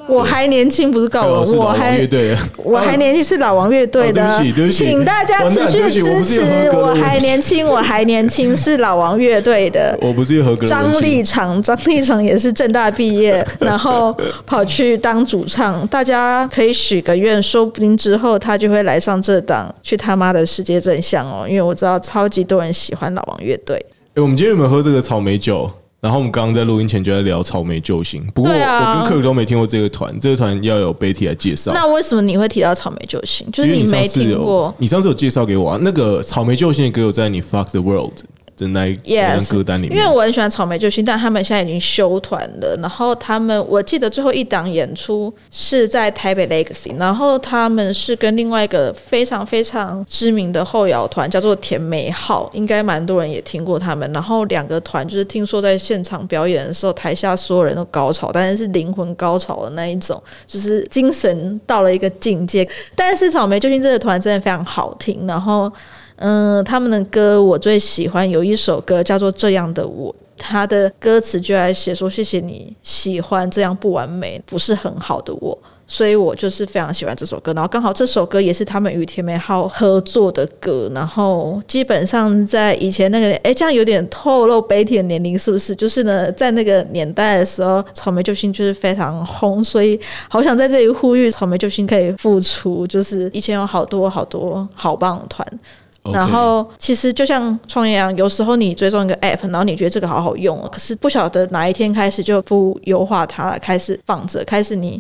Speaker 2: 我还年轻，不是告
Speaker 4: 哦
Speaker 2: 我，
Speaker 4: 是老
Speaker 2: 我
Speaker 4: 王
Speaker 2: 还
Speaker 4: 乐队 的
Speaker 2: 我还年轻是老王乐队的，
Speaker 4: 哦对不起对不起
Speaker 2: 请大家
Speaker 4: 完
Speaker 2: 持
Speaker 4: 蛋
Speaker 2: 续
Speaker 4: 对不起
Speaker 2: 支
Speaker 4: 我不是
Speaker 2: 持
Speaker 4: 有喝。歌的
Speaker 2: 我
Speaker 4: 问题
Speaker 2: 还年轻，我还年轻是老王乐队的。
Speaker 4: 我不是一个合格的
Speaker 2: 张
Speaker 4: 文青
Speaker 2: 立场，张立场也是正大毕 业，然后跑去当主唱。大家可以许个愿，说不定之后他就会来上这档去他妈的世界真相哦！因为我知道超级多人喜欢老王乐队。
Speaker 4: 欸，我们今天有没有喝这个草莓酒？然后我们刚刚在录音前就在聊草莓救星，不过
Speaker 2: 对啊
Speaker 4: 我跟克宇都没听过这个团，这个团要有 Betty 来介绍。
Speaker 2: 那为什么你会提到草莓救星？就是
Speaker 4: 因为上
Speaker 2: 没
Speaker 4: 次
Speaker 2: 听
Speaker 4: 有
Speaker 2: 过，
Speaker 4: 你上次有介绍给我啊，那个草莓救星的歌有在你 Fuck the World 的那一那张
Speaker 2: Yes，
Speaker 4: 歌单里面，
Speaker 2: 因为我很喜欢草莓救星，但他们现在已经休团了。然后他们，我记得最后一档演出是在台北 Legacy，然后他们是跟另外一个非常非常知名的后摇团叫做甜美号，应该蛮多人也听过他们。然后两个团就是听说在现场表演的时候，台下所有人都高潮，但是是灵魂高潮的那一种，就是精神到了一个境界。但是草莓救星这个团真的非常好听，然后。嗯，他们的歌我最喜欢有一首歌叫做《这样的我》，他的歌词就在写说：“谢谢你喜欢这样不完美、不是很好的我。”所以我就是非常喜欢这首歌，然后刚好这首歌也是他们与甜美号合作的歌，然后基本上在以前那个，哎，这样有点透露北体的年龄是不是？就是呢，在那个年代的时候，草莓救星就是非常红，所以好想在这里呼吁草莓救星可以复出，就是以前有好多好多好棒的团，
Speaker 4: OK
Speaker 2: 然后其实就像创业一样，有时候你追踪一个 app，然后你觉得这个好好用哦，可是不晓得哪一天开始就不优化它了，开始放着，开始你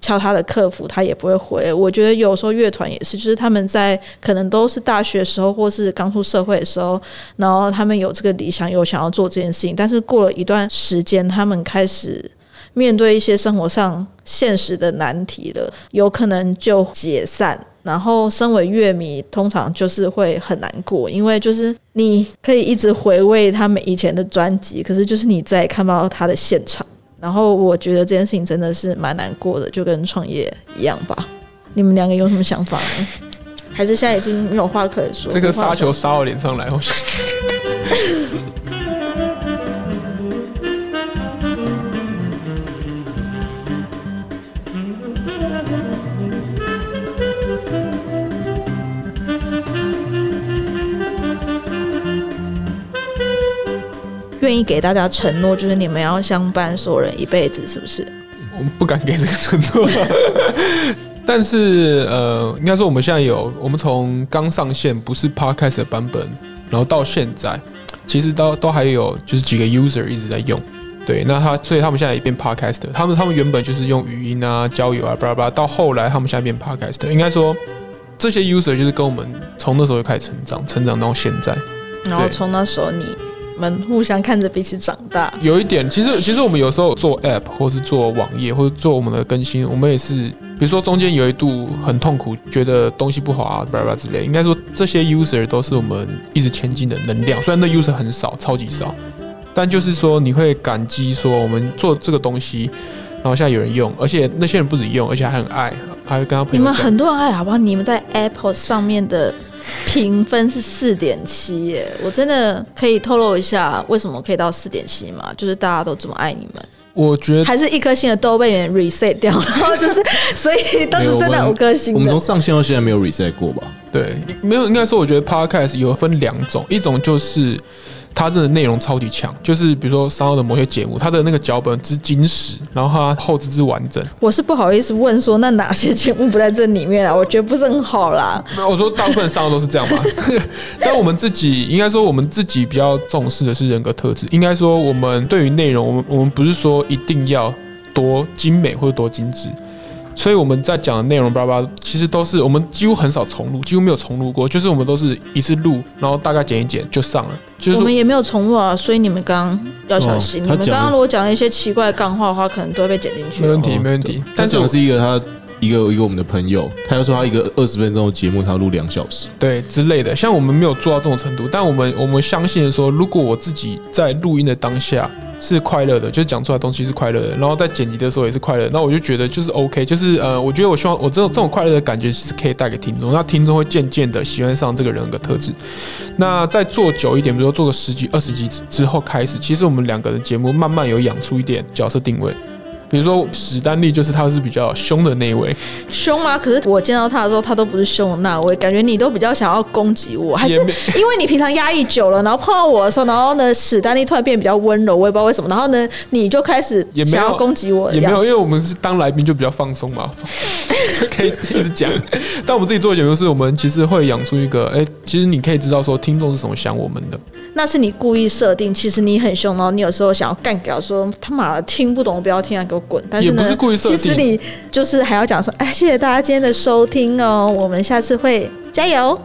Speaker 2: 敲他的客服，他也不会回。我觉得有时候乐团也是，就是他们在可能都是大学时候或是刚出社会的时候，然后他们有这个理想，有想要做这件事情，但是过了一段时间，他们开始面对一些生活上现实的难题了，有可能就解散。然后，身为乐迷，通常就是会很难过，因为就是你可以一直回味他们以前的专辑，可是就是你再也看不到他的现场。然后，我觉得这件事情真的是蛮难过的，就跟创业一样吧。你们两个有什么想法呢？还是现在已经没有话可以说？
Speaker 3: 这个
Speaker 2: 无话可
Speaker 3: 杀球杀到脸上来，
Speaker 2: 哎、
Speaker 3: 我
Speaker 2: 愿意给大家承诺，就是你们要相伴所有人一辈子，是不是？
Speaker 3: 我们不敢给这个承诺。 但是呃，应该说我们现在有，我们从刚上线不是 podcast 的版本，然后到现在，其实都都还有就是几个 user 一直在用。对，那他所以他们现在也变 podcast，他们他们原本就是用语音啊、交友啊、巴拉巴拉，到后来他们现在变 podcast，应该说这些 user 就是跟我们从那时候就开始成长，成长到现在。
Speaker 2: 然后
Speaker 3: 对
Speaker 2: 从那时候你们互相看着彼此长大，
Speaker 3: 有一点，其实其实我们有时候做 app 或是做网页或者做我们的更新，我们也是，比如说中间有一度很痛苦，觉得东西不好啊，巴拉巴拉之类。应该说这些 user 都是我们一直前进的能量，虽然那 user 很少，超级少，但就是说你会感激说我们做这个东西，然后现在有人用，而且那些人不止用，而且还很爱，还会跟他朋
Speaker 2: 你
Speaker 3: 友
Speaker 2: 们
Speaker 3: 讲。
Speaker 2: 很多人爱好不好？你们在 Apple 上面的评分是四点七耶，我真的可以透露一下为什么可以到四点七吗？就是大家都这么爱你们，
Speaker 3: 我
Speaker 4: 呃
Speaker 3: 觉得
Speaker 2: 还是一颗星的都被人 reset 掉，然后就是 所以都
Speaker 4: 没
Speaker 2: 只
Speaker 4: 有
Speaker 2: 剩
Speaker 4: 我
Speaker 2: 下
Speaker 4: 们
Speaker 2: 五颗星
Speaker 4: 我们
Speaker 2: 的
Speaker 4: 从。上线到现在没有 reset 过吧？
Speaker 3: 对，没有应该说，我觉得 podcast 有分两种，一种就是它真的内容超级强，就是比如说商奥的某些节目，它的那个脚本之精实，然后它后置之完整。
Speaker 2: 我是不好意思问说，那哪些节目不在这里面啊？我觉得不是很好啦。
Speaker 3: 没有我说大部分商奥都是这样吧， 但我们自己应该说，我们自己比较重视的是人格特质。应该说，我们对于内容，我们我们不是说一定要多精美或者多精致。所以我们在讲的内容，巴拉巴拉，其实都是我们几乎很少重录，几乎没有重录过，就是我们都是一次录，然后大概剪一剪就上了。就是
Speaker 2: 我
Speaker 3: 说
Speaker 2: 们也没有重复啊，所以你们刚刚要小心。
Speaker 4: 哦
Speaker 2: 你
Speaker 4: 他
Speaker 2: 们
Speaker 4: 讲
Speaker 2: 刚刚如果讲了一些奇怪的干话的话，可能都会被剪进去
Speaker 3: 没
Speaker 2: 哦。
Speaker 3: 问题，没问题。
Speaker 4: 但
Speaker 3: 但是
Speaker 4: 讲
Speaker 3: 我
Speaker 4: 的是一个他一个一个我们的朋友，他就说他一个二十分钟的节目，他要录两小时。
Speaker 3: 对之类的，像我们没有做到这种程度，但我们我们相信说，如果我自己在录音的当下是快乐的，就是讲出来的东西是快乐的，然后在剪辑的时候也是快乐的，那我就觉得就是 OK，就是呃，我觉得我希望我这种这种快乐的感觉是可以带给听众，那听众会渐渐的喜欢上这个人格特质。那再做久一点，比如说做个十集、二十集之后开始，其实我们两个人节目慢慢有养出一点角色定位。比如说史丹利就是他是比较凶的那一位，
Speaker 2: 凶吗？可是我见到他的时候，他都不是凶的那位，感觉你都比较想要攻击我，还是
Speaker 3: 也没
Speaker 2: 因为你平常压抑久了，然后碰到我的时候，然后呢，史丹利突然变比较温柔，我也不知道为什么，然后呢，你就开始
Speaker 3: 也没有
Speaker 2: 想要攻击我的
Speaker 3: 也没
Speaker 2: 样
Speaker 3: 有，
Speaker 2: 子。
Speaker 3: 因为我们是当来宾就比较放松嘛， 就可以一直讲。但我们自己做节目是，我们其实会养出一个，哎、其实你可以知道说听众是怎么想我们的。
Speaker 2: 那是你故意设定，其实你很凶，然后你有时候想要干掉，说他妈的听不懂，不要听啊，给我滚！但是
Speaker 3: 也
Speaker 2: 呢，
Speaker 3: 不是故意设定
Speaker 2: 其实你就是还要讲说，哎，谢谢大家今天的收听哦，我们下次会加油。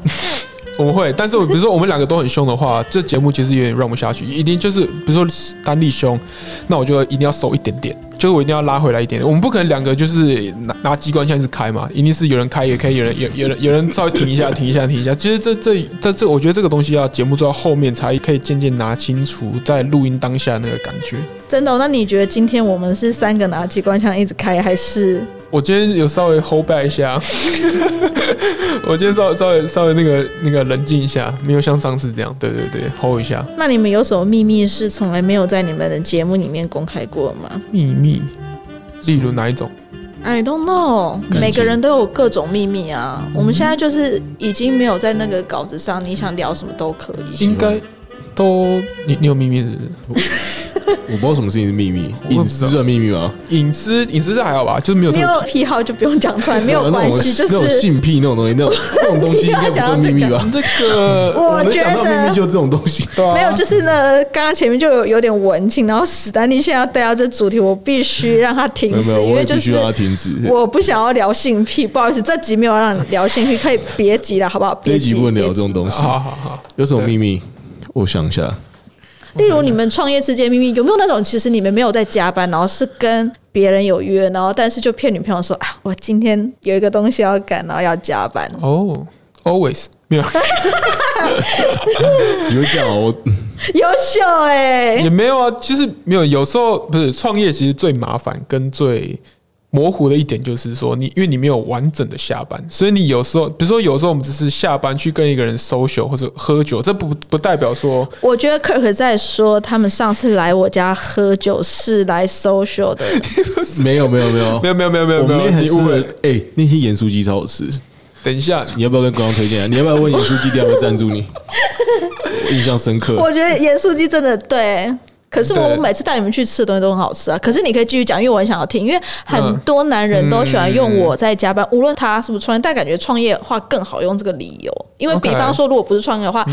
Speaker 3: 我们会，但是我比如说我们两个都很凶的话，这节目其实有点 run 不下去，一定就是比如说单立凶，那我就一定要收一点点，就是我一定要拉回来一点。我们不可能两个就是拿拿机关枪一直开嘛，一定是有人开也可以，有人有有人有人稍微停一下，停一下，停一下。其实这这这这，我觉得这个东西要节目做到后面才可以渐渐拿清楚在录音当下那个感觉。
Speaker 2: 真的哦、那你觉得今天我们是三个拿机关枪一直开，还是
Speaker 3: 我今天有稍微 hold back 一下， 我今天稍微稍微稍微那个那个冷静一下，没有像上次这样，对对对，hold 一下。
Speaker 2: 那你们有什么秘密是从来没有在你们的节目里面公开过吗
Speaker 3: 秘密，例如哪一种？
Speaker 2: ？I don't know，
Speaker 4: 感情
Speaker 2: 每个人都有各种秘密啊。我
Speaker 4: 嗯
Speaker 2: 们现在就是已经没有在那个稿子上，你想聊什么都可以。
Speaker 3: 应该都你你有秘密是不是？
Speaker 4: 我不知道什么事情是秘密，
Speaker 3: 我也不知道
Speaker 4: 隐私算秘密吗？
Speaker 3: 隐私隐私是还好吧，就是没有特
Speaker 2: 你有
Speaker 3: 别。
Speaker 2: 癖好就不用讲出来，没有
Speaker 4: 那
Speaker 2: 关
Speaker 4: 种
Speaker 2: 系，就
Speaker 4: 那种
Speaker 2: 是
Speaker 4: 性癖那种东 西，那种这种东西应该不算秘密吧？
Speaker 3: 这个
Speaker 2: 我
Speaker 4: 能
Speaker 2: 觉
Speaker 4: 想到秘密
Speaker 2: 得。
Speaker 4: 就这种 东西。
Speaker 3: 对啊，
Speaker 2: 没有，就是呢，刚刚前面就有有点文静，然后史丹利现在要带到这主题，我必须让他停
Speaker 4: 没有没
Speaker 2: 止，
Speaker 4: 有，
Speaker 2: 因
Speaker 4: 我
Speaker 2: 为
Speaker 4: 也
Speaker 2: 就
Speaker 4: 必须
Speaker 2: 是
Speaker 4: 让它停止。
Speaker 2: 我不想要聊性癖，不好意思，这集没有让你聊性癖，可以别急了，好不好？
Speaker 4: 这
Speaker 2: 别
Speaker 4: 一
Speaker 2: 急，
Speaker 4: 集不能聊
Speaker 2: 别
Speaker 4: 这
Speaker 2: 急
Speaker 4: 种东西。
Speaker 3: 好好好，
Speaker 4: 有什么秘密？我想一下，
Speaker 2: 例如你们创业之间秘密有没有那种，其实你们没有在加班，然后是跟别人有约，然后但是就骗女朋友说啊，我今天有一个东西要赶，然后要加班。
Speaker 3: 哦、a l w a y s 没有，
Speaker 4: 你会这样哦？我
Speaker 2: 优秀哎、
Speaker 3: 也没有啊，就是没有。有时候不是创业，其实最麻烦跟最模糊的一点就是说你，因为你没有完整的下班，所以你有时候，比如说有时候我们只是下班去跟一个人 social 或者喝酒，这不不代表说
Speaker 2: 我觉得 Kirk 在说他们上次来我家喝酒是来 social 的，
Speaker 4: 没有没有没有
Speaker 3: 没有没有没有没有
Speaker 4: 我们
Speaker 3: 没
Speaker 4: 那
Speaker 3: 有，
Speaker 4: 天还
Speaker 3: 你
Speaker 4: 吃
Speaker 3: 误会
Speaker 4: 了
Speaker 3: 了。
Speaker 4: 哎，那些盐酥鸡超好吃，
Speaker 3: 等一下，
Speaker 4: 你要不要跟观众推荐啊？你要不 要问盐酥鸡店要不要赞助你？我印象深刻。
Speaker 2: 我觉得盐酥鸡真的对，可是我
Speaker 3: 对
Speaker 2: 我每次带你们去吃的东西都很好吃啊。可是你可以继续讲，因为我很想要听，因为很
Speaker 3: 嗯
Speaker 2: 多男人都喜欢用我在加班，无论他是不是创业，但感觉创业的话更好用这个理由。因为
Speaker 3: OK 嗯
Speaker 2: 比方说，如果不是创业的话，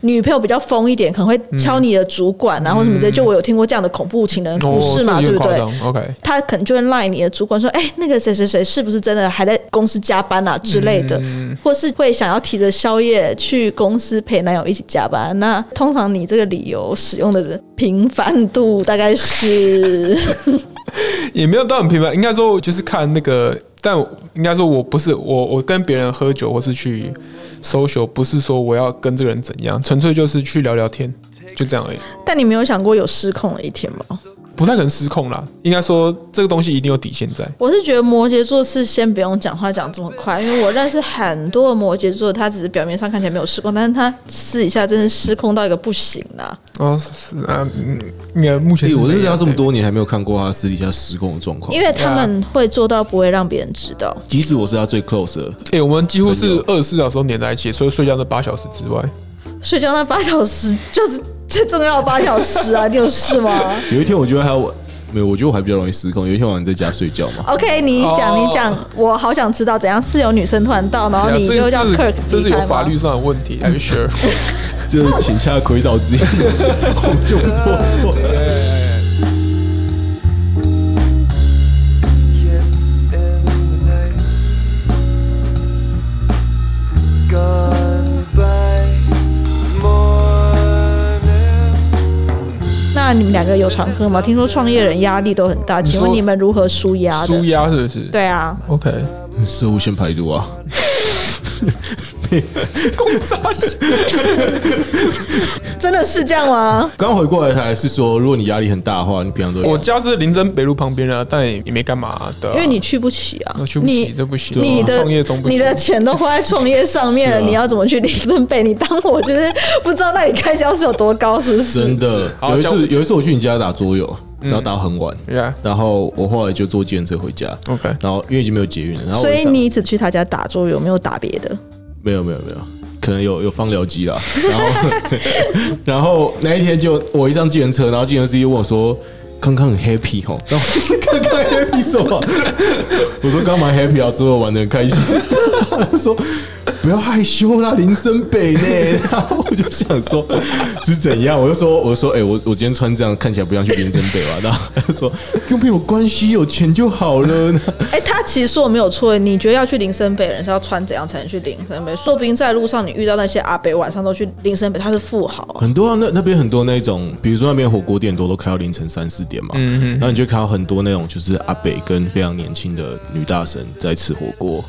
Speaker 2: 女朋友比较疯一点，可能会敲你的主管啊，或什么之类。就我有听过这样的恐怖情人故事嘛，
Speaker 3: 嗯哦
Speaker 2: 对
Speaker 3: 这有点
Speaker 2: 不
Speaker 3: 夸
Speaker 2: 对？
Speaker 3: 张？OK，
Speaker 2: 他可能就会赖你的主管说：“哎、那个谁谁谁是不是真的还在公司加班啊之类的？”或是会想要提着宵夜去公司陪男友一起加班。那通常你这个理由使用的频繁度大概 是
Speaker 3: 也没有到很频繁，应该说就是看那个，但应该说我不是我，我跟别人喝酒或是去 social，不是说我要跟这个人怎样，纯粹就是去聊聊天，就这样而已，
Speaker 2: 但你没有想过有失控的一天吗？
Speaker 3: 不太可能失控啦。应该说这个东西一定有底线在。
Speaker 2: 我是觉得摩羯座是先不用讲话讲这么快，因为我认识很多摩羯座，他只是表面上看起来没有失控，但是他私底下真是失控到一个不行啊啦、
Speaker 3: 哦，是是啊，嗯应该目前
Speaker 4: 哎，
Speaker 3: 是
Speaker 4: 我认识
Speaker 3: 没有
Speaker 4: 他这么，多年，还没有看过他私底下失控的状况。
Speaker 2: 因为他们会做到不会让别人知道。
Speaker 4: 即使我是他最 close 的，
Speaker 3: 哎、我们几乎是
Speaker 4: 朋友
Speaker 3: 二十四小时都黏在一起，所以睡觉那八小时之外，
Speaker 2: 睡觉那八小时就是 最重要的八小时啊，你有事吗
Speaker 4: 有一天我觉得他我没有，我觉得我还比较容易失控。有一天晚上在家睡觉 嘛，
Speaker 2: ？OK，你讲
Speaker 3: 哦
Speaker 2: 你讲，我好想知道怎样是有女生突然到，然后
Speaker 3: 哎呀
Speaker 2: 哦你
Speaker 3: 这
Speaker 2: 就叫
Speaker 3: 这是
Speaker 2: Kirk
Speaker 3: 这是有
Speaker 2: 离开吗
Speaker 3: 法律上的问题，Are you sure？
Speaker 4: 这请下鬼岛之音， 我们就不多说了。
Speaker 1: Kiss in the night. Gone by morning.
Speaker 2: 那你们两个有常喝吗？听说创业人压力都很大，请问
Speaker 3: 说
Speaker 2: 你们如何舒压
Speaker 3: 舒
Speaker 2: 的？
Speaker 3: 压是不是？
Speaker 2: 对啊，
Speaker 3: ，OK，
Speaker 4: 食物先排毒啊，
Speaker 2: 真的是这样吗？
Speaker 4: 刚回过来还是说，如果你压力很大的话，你平常都
Speaker 3: 我家是林森北路旁边啊，但也也没干嘛、啊，对、啊，
Speaker 2: 因为你去不起啊，
Speaker 3: 我去不
Speaker 2: 你
Speaker 3: 起，这不行，哦
Speaker 2: 你的
Speaker 3: 创业中不行，
Speaker 2: 你的钱都花在创业上面了，
Speaker 4: 是啊
Speaker 2: 你要怎么去领分贝？你当我就是不知道那里开销是有多高，是不是？
Speaker 4: 真的
Speaker 3: 好
Speaker 4: 有一
Speaker 3: 这样
Speaker 4: 次有一次我去嗯你家打桌游，然后打到很晚，
Speaker 3: Yeah
Speaker 4: 然后我后来就坐计程车回家
Speaker 3: OK
Speaker 4: 然后因为已经没有捷运了，然后我
Speaker 2: 所
Speaker 4: 一
Speaker 2: 以
Speaker 4: 上
Speaker 2: 你只去他家打桌游，没有打别的。
Speaker 4: 没有没有没有，可能有有放疗机啦。然后 然后那一天就我一上计程车，然后计程司机问我说：“康康很 happy 哦。”然后我说康康 happy 什么？ 我说刚蛮 happy 啊，之后玩的很开心。 他说不要害羞啦，林森北呢。 然后我就想说是怎样，我就说我就说哎、我我今天穿这样看起来不像去林森北吧？然后他就说 又没有关系，有钱就好了。
Speaker 2: 哎、他其实说没有错。你觉得要去林森北的人是要穿怎样才能去林森北？说不定在路上你遇到那些阿北晚上都去林森北，他是富豪啊。
Speaker 4: 很多啊，那那边很多那种，比如说那边火锅店多都开到凌晨三四点嘛，然后你就看到很多那种就是阿北跟非常年轻的女大神在吃火锅，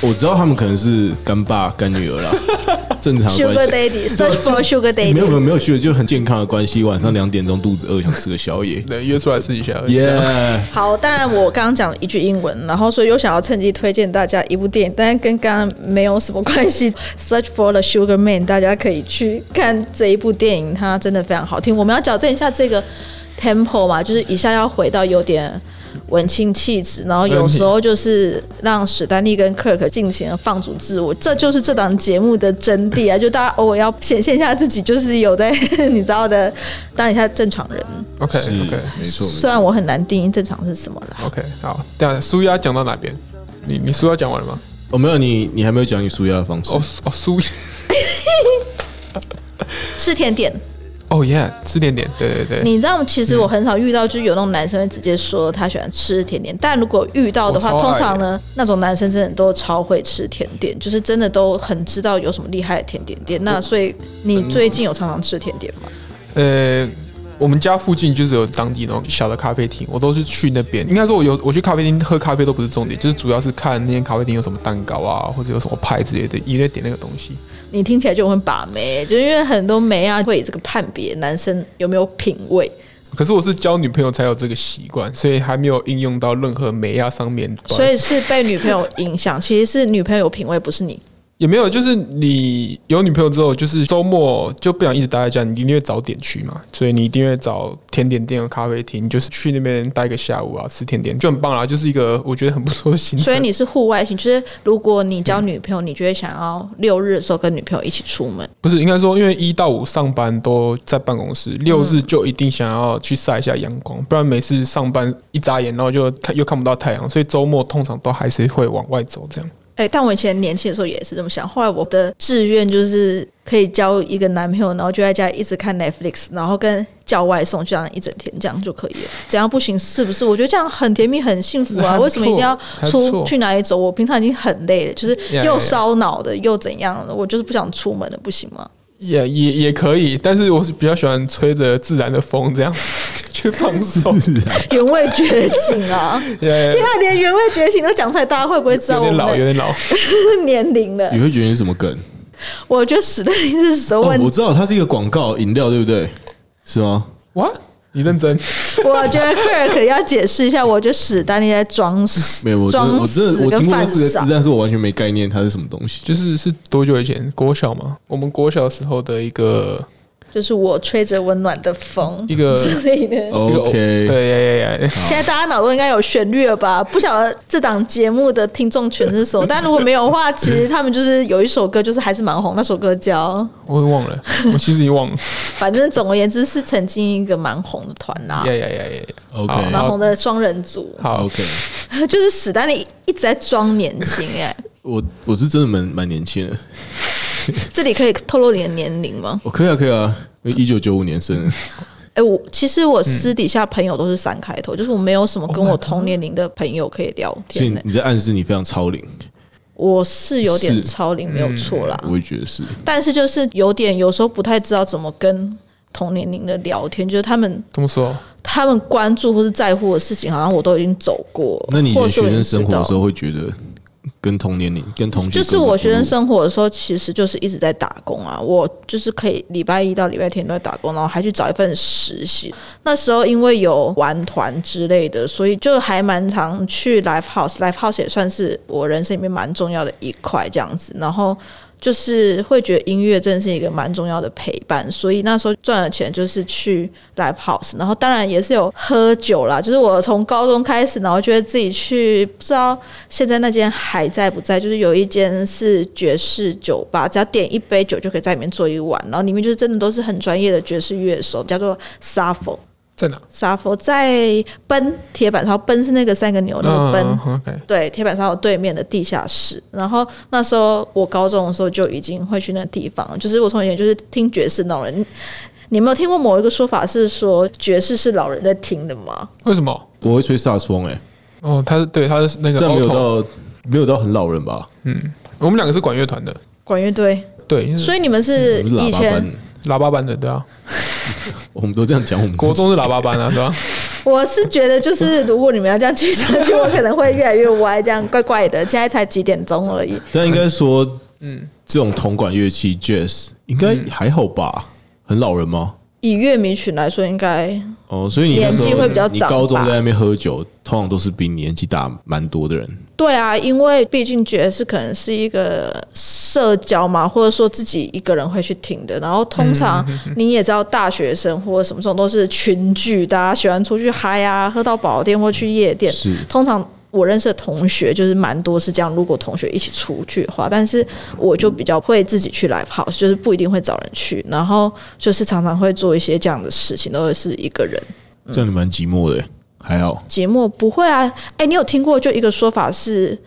Speaker 4: 我知道他们可能是干爸干女儿啦，正常的
Speaker 2: Sugar
Speaker 4: 关系。哎
Speaker 2: Daddy，search for Sugar
Speaker 4: 没有没
Speaker 2: Daddy。
Speaker 4: 有没有去，就很健康的关系。晚上两点钟肚子饿，想吃个宵夜。
Speaker 3: 对约出来试一下而已，
Speaker 4: 耶、
Speaker 2: 好，当然我刚刚讲了一句英文，然后所以又想要趁机推荐大家一部电影，但是跟刚刚没有什么关系。Search for the Sugar Man，大家可以去看这一部电影，它真的非常好听。我们要矫正一下这个 tempo 嘛，就是一下要回到有点文青气质，然后有时候就是让史丹利跟 Kirk 尽情的放逐自我，这就是这档节目的真谛啊！就大家偶尔要显现一下自己，就是有在 你知道的当一下正常人。
Speaker 3: ，OK
Speaker 4: 是
Speaker 3: OK
Speaker 4: 没错没
Speaker 2: 虽
Speaker 4: 错。
Speaker 2: 然我很难定义正常是什么啦。
Speaker 3: OK，好，等一下舒压讲到哪边？你你舒压讲完了吗？
Speaker 4: 哦，没有你，你还没有讲你舒压的方式。
Speaker 3: 哦哦舒，
Speaker 2: 吃甜点，
Speaker 3: 哦 yeah，吃点点，对对对，嗯
Speaker 2: 你知道，其实我很少遇到，就是有那种男生会直接说他喜欢吃甜点，但如果遇到的话，
Speaker 3: 我超爱
Speaker 2: 通常呢，那种男生真的都超会吃甜点，就是真的都很知道有什么厉害的甜点店。那所以你最近有常常吃甜点吗？
Speaker 3: 呃，我们家附近就是有当地那种小的咖啡厅，我都是去那边。应该说，我有我去咖啡厅喝咖啡都不是重点，就是主要是看那间咖啡厅有什么蛋糕啊，或者有什么派之类的，一定会点那个东西。
Speaker 2: 你听起来就很把妹，就是因为很多妹啊会以这个判别男生有没有品味，
Speaker 3: 可是我是交女朋友才有这个习惯，所以还没有应用到任何美亚上面。
Speaker 2: 所以是被女朋友影响。其实是女朋友有品味，不是你。
Speaker 3: 也没有，就是你有女朋友之后，就是周末就不想一直待在家，你一定会找点去嘛，所以你一定会找甜点店、咖啡厅，就是去那边待个下午啊，吃甜点就很棒啦，就是一个我觉得很不错的行程。
Speaker 2: 所以你是户外型，就是如果你交女朋友，你就会想要六日的时候跟女朋友一起出门。
Speaker 3: 不是应该说，因为一到五上班都在办公室，六日就一定想要去晒一下阳光，不然每次上班一眨眼，然后就看又看不到太阳，所以周末通常都还是会往外走这样。
Speaker 2: 哎、但我以前年轻的时候也是这么想。后来我的志愿就是可以交一个男朋友，然后就在家一直看 Netflix，然后跟叫外送，就这样一整天，这样就可以了。怎样不行？是不是？我觉得这样很甜蜜，很幸福
Speaker 3: 还
Speaker 2: 啊！
Speaker 3: 不错
Speaker 2: 为什么一定要
Speaker 3: 还不
Speaker 2: 出
Speaker 3: 错
Speaker 2: 去哪里走？我平常已经很累了，就是
Speaker 3: Yeah,
Speaker 2: 又
Speaker 3: yeah,
Speaker 2: 烧脑的，又怎样的？我就是不想出门了，不行吗？
Speaker 3: 也也也可以，但是我是比较喜欢吹着自然的风，这样 去放 松。
Speaker 2: 原味觉醒 啊！
Speaker 3: 也
Speaker 2: 天啊，连原味觉醒都讲出来，大家会不会知道
Speaker 3: 有
Speaker 2: 我
Speaker 3: 点
Speaker 2: 们
Speaker 3: 老，有
Speaker 2: 的
Speaker 3: 点 老。
Speaker 2: 年龄了
Speaker 4: 你？会觉得是什么梗？
Speaker 2: 我觉得史丹利是熟
Speaker 4: 哦
Speaker 2: 问，，
Speaker 4: 我知道它是一个广告饮料，对不对？是吗？
Speaker 3: 哇，你认真？
Speaker 2: 我觉得 Kirk 要解释一下，我觉得史丹利在装死，
Speaker 4: 没有，我真的
Speaker 2: 装
Speaker 4: 我真的
Speaker 2: 死
Speaker 4: 我
Speaker 2: 跟
Speaker 4: 听过
Speaker 2: 犯
Speaker 4: 这四个字
Speaker 2: 傻，。
Speaker 4: 但是我完全没概念它是什么东 西。
Speaker 3: 就是是多久以前？国小嘛，我们国小时候的一 个
Speaker 2: 就是我吹着温暖的风
Speaker 3: 一个
Speaker 2: 之类的。
Speaker 3: 一个
Speaker 4: OK，
Speaker 3: 对呀呀呀，
Speaker 2: 现在大家脑中应该有旋律了吧？不晓得这档节目的听众群是什么，但如果没有的话，其实他们就是有一首歌，就是还是蛮红，那首歌叫……
Speaker 3: 我也忘了，我其实也 忘了。
Speaker 2: 反正总而言之是曾经一个蛮红的团啦
Speaker 3: 呀，呀呀呀呀！
Speaker 4: OK
Speaker 3: 好
Speaker 2: 蛮
Speaker 3: 然后
Speaker 2: 红的双人组，
Speaker 3: 好
Speaker 4: OK，
Speaker 2: 就是史丹利一直在装年轻哎、
Speaker 4: 我我是真的蛮蛮年轻的，
Speaker 2: 这里可以透露你的年龄吗？
Speaker 4: 我可以啊，可以啊，一九九五年生 的，
Speaker 2: 哎、我其实
Speaker 4: 嗯
Speaker 2: 我私底下朋友都是三开头，就是我没有什么
Speaker 4: 哦
Speaker 2: 跟我同年龄的朋友可以聊
Speaker 4: ，Oh 所以
Speaker 2: 天、欸。
Speaker 4: 你在暗示你非常超龄，
Speaker 2: 我是有点
Speaker 4: 是嗯
Speaker 2: 超龄，没有错啦，
Speaker 4: 我也觉得是。
Speaker 2: 但是就是有点有时候不太知道怎么跟同年龄的聊天，就是他们
Speaker 3: 这么说，
Speaker 2: 他们关注或是在乎的事情，好像我都已经走过。
Speaker 4: 那你以
Speaker 2: 或者是
Speaker 4: 前
Speaker 2: 我
Speaker 4: 学
Speaker 2: 已经
Speaker 4: 生生活
Speaker 2: 知道
Speaker 4: 的时候，会觉得跟同年龄、跟同学
Speaker 2: 就是我学生生活的时候，其实就是一直在打工啊。我就是可以礼拜一到礼拜天都在打工，然后还去找一份实习。那时候因为有玩团之类的，所以就还蛮常去 live house。live house 也算是我人生里面蛮重要的一块这样子。然后就是会觉得音乐真的是一个蛮重要的陪伴，所以那时候赚的钱就是去 live house，然后当然也是有喝酒啦，就是我从高中开始，然后就会自己去，不知道现在那间还在不在，就是有一间是爵士酒吧，只要点一杯酒就可以在里面坐一晚，然后里面就是真的都是很专业的爵士乐手，叫做 s a f o
Speaker 3: 在哪？
Speaker 2: s a f o 在奔铁板烧，奔是那个三个牛那个奔。
Speaker 3: 嗯嗯，OK，
Speaker 2: 对，铁板烧对面的地下室。然后那时候我高中的时候就已经会去那地方了，就是我从前就是听爵士那种人。你没有听过某一个说法是说爵士是老人在听的吗？
Speaker 3: 为什么？
Speaker 4: 活，我会吹萨克斯风，哎，
Speaker 3: 哦，他是对，他是那个
Speaker 4: 但没有
Speaker 3: auto，
Speaker 4: 到没有到很老人吧？
Speaker 3: 我们两个是管乐团的，
Speaker 2: 管乐队，
Speaker 3: 对，
Speaker 2: 所以你们是
Speaker 4: 我嗯们是
Speaker 2: 以
Speaker 4: 喇叭
Speaker 2: 前
Speaker 4: 班，
Speaker 3: 以喇叭班的，对啊，
Speaker 4: 我们都这样讲，我们自己
Speaker 3: 国中是喇叭班啊，对 吧？
Speaker 2: 我是觉得，就是 如果你们要这样继续下去，我可能会越来越歪，这样怪怪的。现在才几点钟而已，
Speaker 4: 但应该说，嗯，这种铜管乐器 jazz 应该
Speaker 2: 嗯
Speaker 4: 还好吧？很老人吗？
Speaker 2: 以乐迷群来说，应该
Speaker 4: 哦，所以你那时候
Speaker 2: 年纪会比较
Speaker 4: 你
Speaker 2: 长
Speaker 4: 高中
Speaker 2: 吧
Speaker 4: 在那边喝酒，通常都是比你年纪大蛮多的人。
Speaker 2: 对啊，因为毕竟爵士可能是一个社交嘛，或者说自己一个人会去听的。然后通常你也知道，大学生或者什么这种都是群聚，大家喜欢出去嗨啊，喝到饱店或去夜店
Speaker 4: 是。
Speaker 2: 通常我认识的同学就是蛮多是这样，如果同学一起出去的话，但是我就比较会自己去 live house，就是不一定会找人去，然后就是常常会做一些这样的事情，都是一个人。
Speaker 4: 这样你蛮寂寞的、欸还好。
Speaker 2: 节目不会啊，哎、你有听过就一个说法是，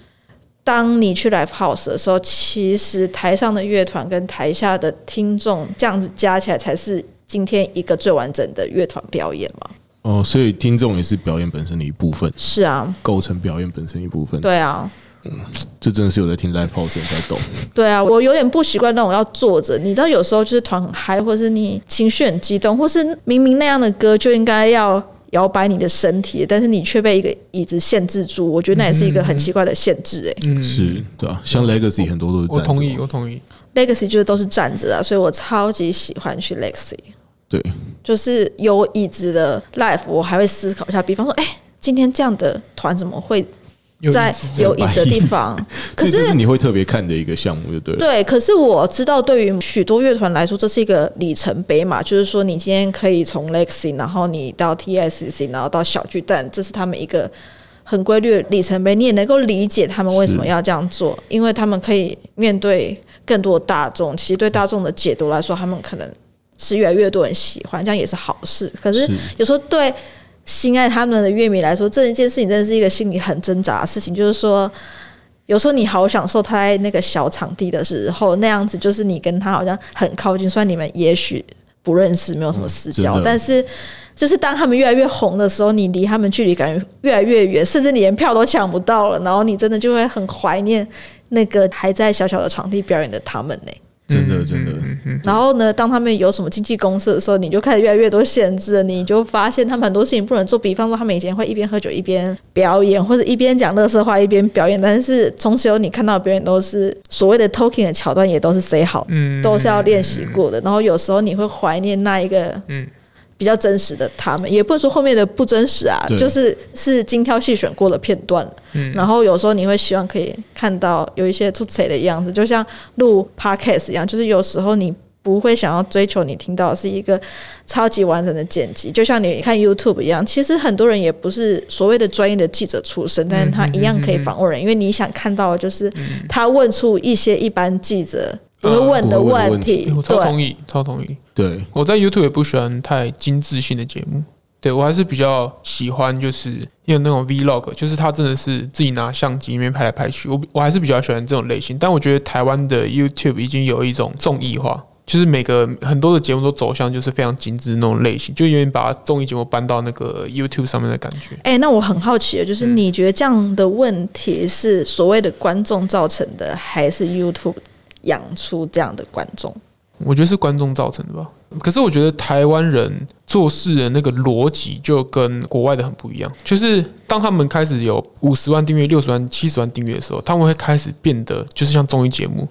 Speaker 2: 当你去 live house 的时候，其实台上的乐团跟台下的听众这样子加起来才是今天一个最完整的乐团表演嘛？
Speaker 4: 哦，所以听众也是表演本身的一部分，
Speaker 2: 是啊，
Speaker 4: 构成表演本身一部分。，
Speaker 2: 对啊，
Speaker 4: 这真的是有在听 live house 的人才懂。
Speaker 2: 对啊，我有点不习惯那种要坐着，你知道，有时候就是团很嗨，或是你情绪很激动，或是明明那样的歌就应该要摇摆你的身体，但是你却被一个椅子限制住，我觉得那也是一个很奇怪的限制、哎、
Speaker 3: 嗯，
Speaker 4: 是，对啊，像 legacy 很多都是
Speaker 3: 我
Speaker 4: 站着
Speaker 3: 同意，
Speaker 4: 嘛
Speaker 3: 我同意。
Speaker 2: Legacy 就是都是站着啊，所以我超级喜欢去 Legacy，
Speaker 4: 对，
Speaker 2: 就是有椅子的 life，我还会思考一下，比方说，哎、今天这样的团怎么会
Speaker 3: 有
Speaker 2: 在
Speaker 3: 椅子
Speaker 2: 有椅子的地方。可
Speaker 4: 所以这
Speaker 2: 是
Speaker 4: 是你会特别看的一个项目，就对了。
Speaker 2: 对，可是我知道，对于许多乐团来说，这是一个里程碑嘛，就是说你今天可以从 Lexi，然后你到 TSC，然后到小巨蛋，这是他们一个很规律的里程碑。你也能够理解他们为什么要这样做，因为他们可以面对更多的大众。其实对大众的解读来说，他们可能是越来越多人喜欢，这样也是好事。可是有时候对。心爱他们的乐迷来说，这一件事情真的是一个心里很挣扎的事情，就是说，有时候你好享受他在那个小场地的时候，那样子就是你跟他好像很靠近，虽然你们也许不认识，没有什么私
Speaker 4: 嗯
Speaker 2: 交，
Speaker 4: 真的
Speaker 2: 但是就是当他们越来越红的时候，你离他们距离感觉越来越远，甚至你连票都抢不到了，然后你真的就会很怀念那个还在小小的场地表演的他们呢、
Speaker 4: 真的真
Speaker 3: 嗯
Speaker 4: 的，
Speaker 2: 然后呢，当他们有什么经纪公司的时候，你就开始越来越多限制了，你就发现他们很多事情不能做。比方说，他们以前会一边喝酒一边表演，或者一边讲乐色话一边表演，但是从此以后你看到的表演都是所谓的 talking 的桥段，也都是 say 好，
Speaker 3: 嗯
Speaker 2: 都是要练习过的。然后有时候你会怀念那一个，
Speaker 3: 嗯
Speaker 2: 比较真实的他们，也不能说后面的不真实啊
Speaker 4: 对，
Speaker 2: 就是是精挑细选过的片段。然后有时候你会希望可以看到有一些出彩的样子，就像录 podcast 一样，就是有时候你不会想要追求你听到的是一个超级完整的剪辑，就像你看 YouTube 一样。其实很多人也不是所谓的专业的记者出身，但是他一样可以访问人，因为你想看到的就是他问出一些一般记者不会问的
Speaker 4: 不会问的问
Speaker 2: 题
Speaker 3: 欸我。超
Speaker 2: 对
Speaker 3: 同意，超同意。
Speaker 4: 对，
Speaker 3: 我在 YouTube 也不喜欢太精致性的节目，对我还是比较喜欢就是因为那种 Vlog，就是他真的是自己拿相机里面拍来拍去，我我还是比较喜欢这种类型。但我觉得台湾的 YouTube 已经有一种综艺化。就是每个很多的节目都走向就是非常精致那种类型，就有点把综艺节目搬到那个 YouTube 上面的感觉。
Speaker 2: 哎、那我很好奇的，就是你觉得这样的问题是所谓的观众造成的，还是 YouTube 养出这样的观众？
Speaker 3: 我觉得是观众造成的吧。可是我觉得台湾人做事的那个逻辑就跟国外的很不一样，就是当他们开始有五十万订阅、六十万、七十万订阅的时候，他们会开始变得就是像综艺节目。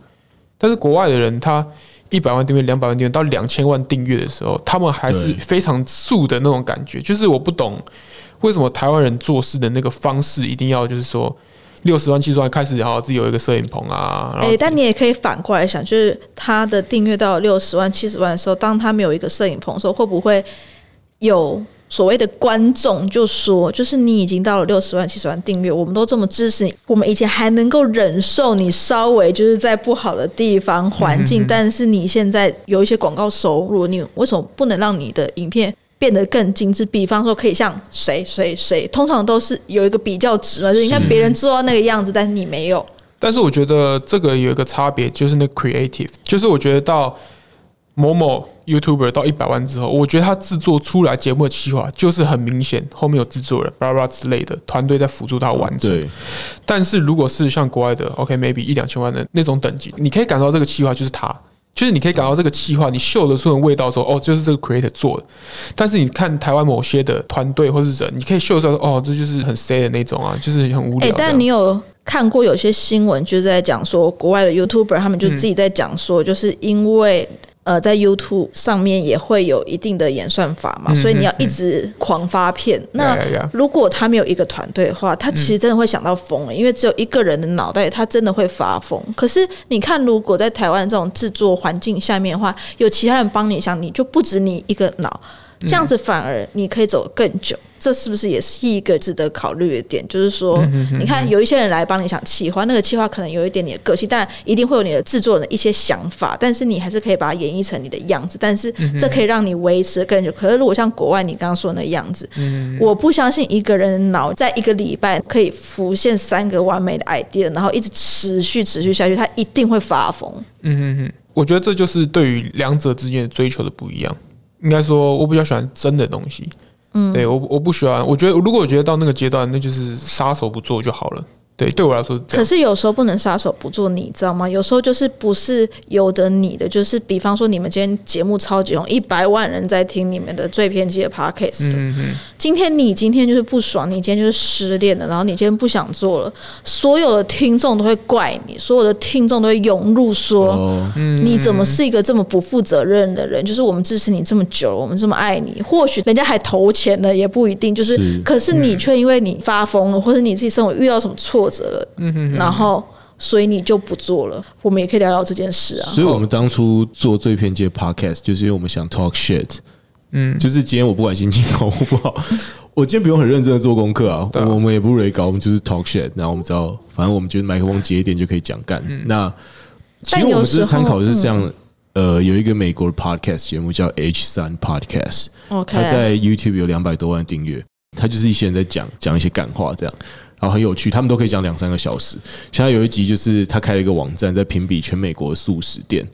Speaker 3: 但是国外的人，他一百万订阅、两百万订阅到两千万订阅的时候，他们还是
Speaker 4: 对
Speaker 3: 非常素的那种感觉。就是我不懂为什么台湾人做事的那个方式一定要就是说六十万、七十万开始，然后自己有一个摄影棚啊，然
Speaker 2: 哎、
Speaker 3: 后
Speaker 2: 但你也可以反过来想，就是他的订阅到六十万、七十万的时候，当他没有一个摄影棚的时候，会不会有所谓的观众就说，就是你已经到了六十万、七十万订阅，我们都这么支持你，我们以前还能够忍受你稍微就是在不好的地方环境，但是你现在有一些广告收入，你为什么不能让你的影片？变得更精致，比方说可以像谁谁谁，通常都是有一个比较值嘛，就是你看别人做到那个样子，但是你没有，
Speaker 3: 但是我觉得这个有一个差别，就是那 creative，就是我觉得到某某 YouTuber 到一百万之后，我觉得他制作出来节目的企划就是很明显，后面有制作人、巴拉巴拉之类的团队在辅助他完成。
Speaker 4: 啊对，
Speaker 3: 但是如果是像国外的 OK maybe 一两千万的那种等级，你可以感到这个企划就是他。就是你可以感到这个企划，你嗅得出的味道说，哦，就是这个 creator 做的。但是你看台湾某些的团队或是人，你可以嗅得出来说，哦，这就是很 C 的那种啊，就是很
Speaker 2: 哎、
Speaker 3: 无聊这样。
Speaker 2: 但你有看过有些新闻，就是在讲说国外的 YouTuber
Speaker 3: 嗯
Speaker 2: 他们就自己在讲说，就是因为。呃，在 YouTube 上面也会有一定的演算法
Speaker 3: 嗯
Speaker 2: 嘛，所以你要一直狂发片。那
Speaker 3: Yeah, yeah, yeah
Speaker 2: 如果他没有一个团队的话，他其实真的会想到疯、欸，因为只有一个人的脑袋，他真的会发疯。可是你看，如果在台湾这种制作环境下面的话，有其他人帮你想，你就不止你一个脑，这样子反而你可以走得更久。这是不是也是一个值得考虑的点？就是
Speaker 3: 嗯
Speaker 2: 说，你看有一些人来帮你想企划，那个企划可能有一点你的个性，但一定会有你的制作人的一些想法，但是你还是可以把它演绎成你的样子。但是
Speaker 3: 嗯
Speaker 2: 这可以让你维持得更久。可是如果像国外你刚刚说的那个样子，
Speaker 3: 嗯
Speaker 2: 我不相信一个人的脑在一个礼拜可以浮现三个完美的 idea，然后一直持续持续下去，他一定会发疯。
Speaker 3: 我觉得这就是对于两者之间的追求的不一样。应该说，我比较喜欢真的东西。嗯，对我我不喜欢。我觉得如果我觉得到那个阶段，那就是杀手不做就好了。对，对我来说是这
Speaker 2: 可
Speaker 3: 样。
Speaker 2: 是有时候不能撒手不做，你知道吗？有时候就是不是有的你的，就是比方说你们今天节目超级红，一百万人在听你们的最偏激的 podcast，、
Speaker 3: 嗯嗯，
Speaker 2: 今天你今天就是不爽，你今天就是失恋了，然后你今天不想做了，所有的听众都会怪你，所有的听众都会涌入说。
Speaker 4: 哦，
Speaker 2: 你怎么是一个这么不负责任的人？就是我们支持你这么久了，我们这么爱你，或许人家还投钱了，也不一定。就是，
Speaker 4: 是
Speaker 2: 可是你却因为你发疯了，或者你自己生活遇到什么挫折了，然后所以你就不做了。我们也可以聊聊这件事啊。
Speaker 4: 所以我们当初做最偏激的 podcast，就是因为我们想 talk shit。嗯，就是今天我不管心情好不好， 我今天不用很认真的做功课啊，我
Speaker 3: 啊
Speaker 4: 们我们也不 re 搞，我们就是 talk shit。然后我们知道，反正我们觉得麦克风接一点就可以讲干。那其实
Speaker 2: 但有
Speaker 4: 我们只
Speaker 2: 时
Speaker 4: 是
Speaker 2: 候嗯
Speaker 4: 参考的是这样，呃，有一个美国的 podcast 节目叫 H 三 Podcast，
Speaker 2: OK，
Speaker 4: 他在 YouTube 有两百多万订阅，他就是一些人在讲讲一些干话这样，然后很有趣，他们都可以讲两三个小时。像他有一集就是他开了一个网站，在评比全美国的素食店，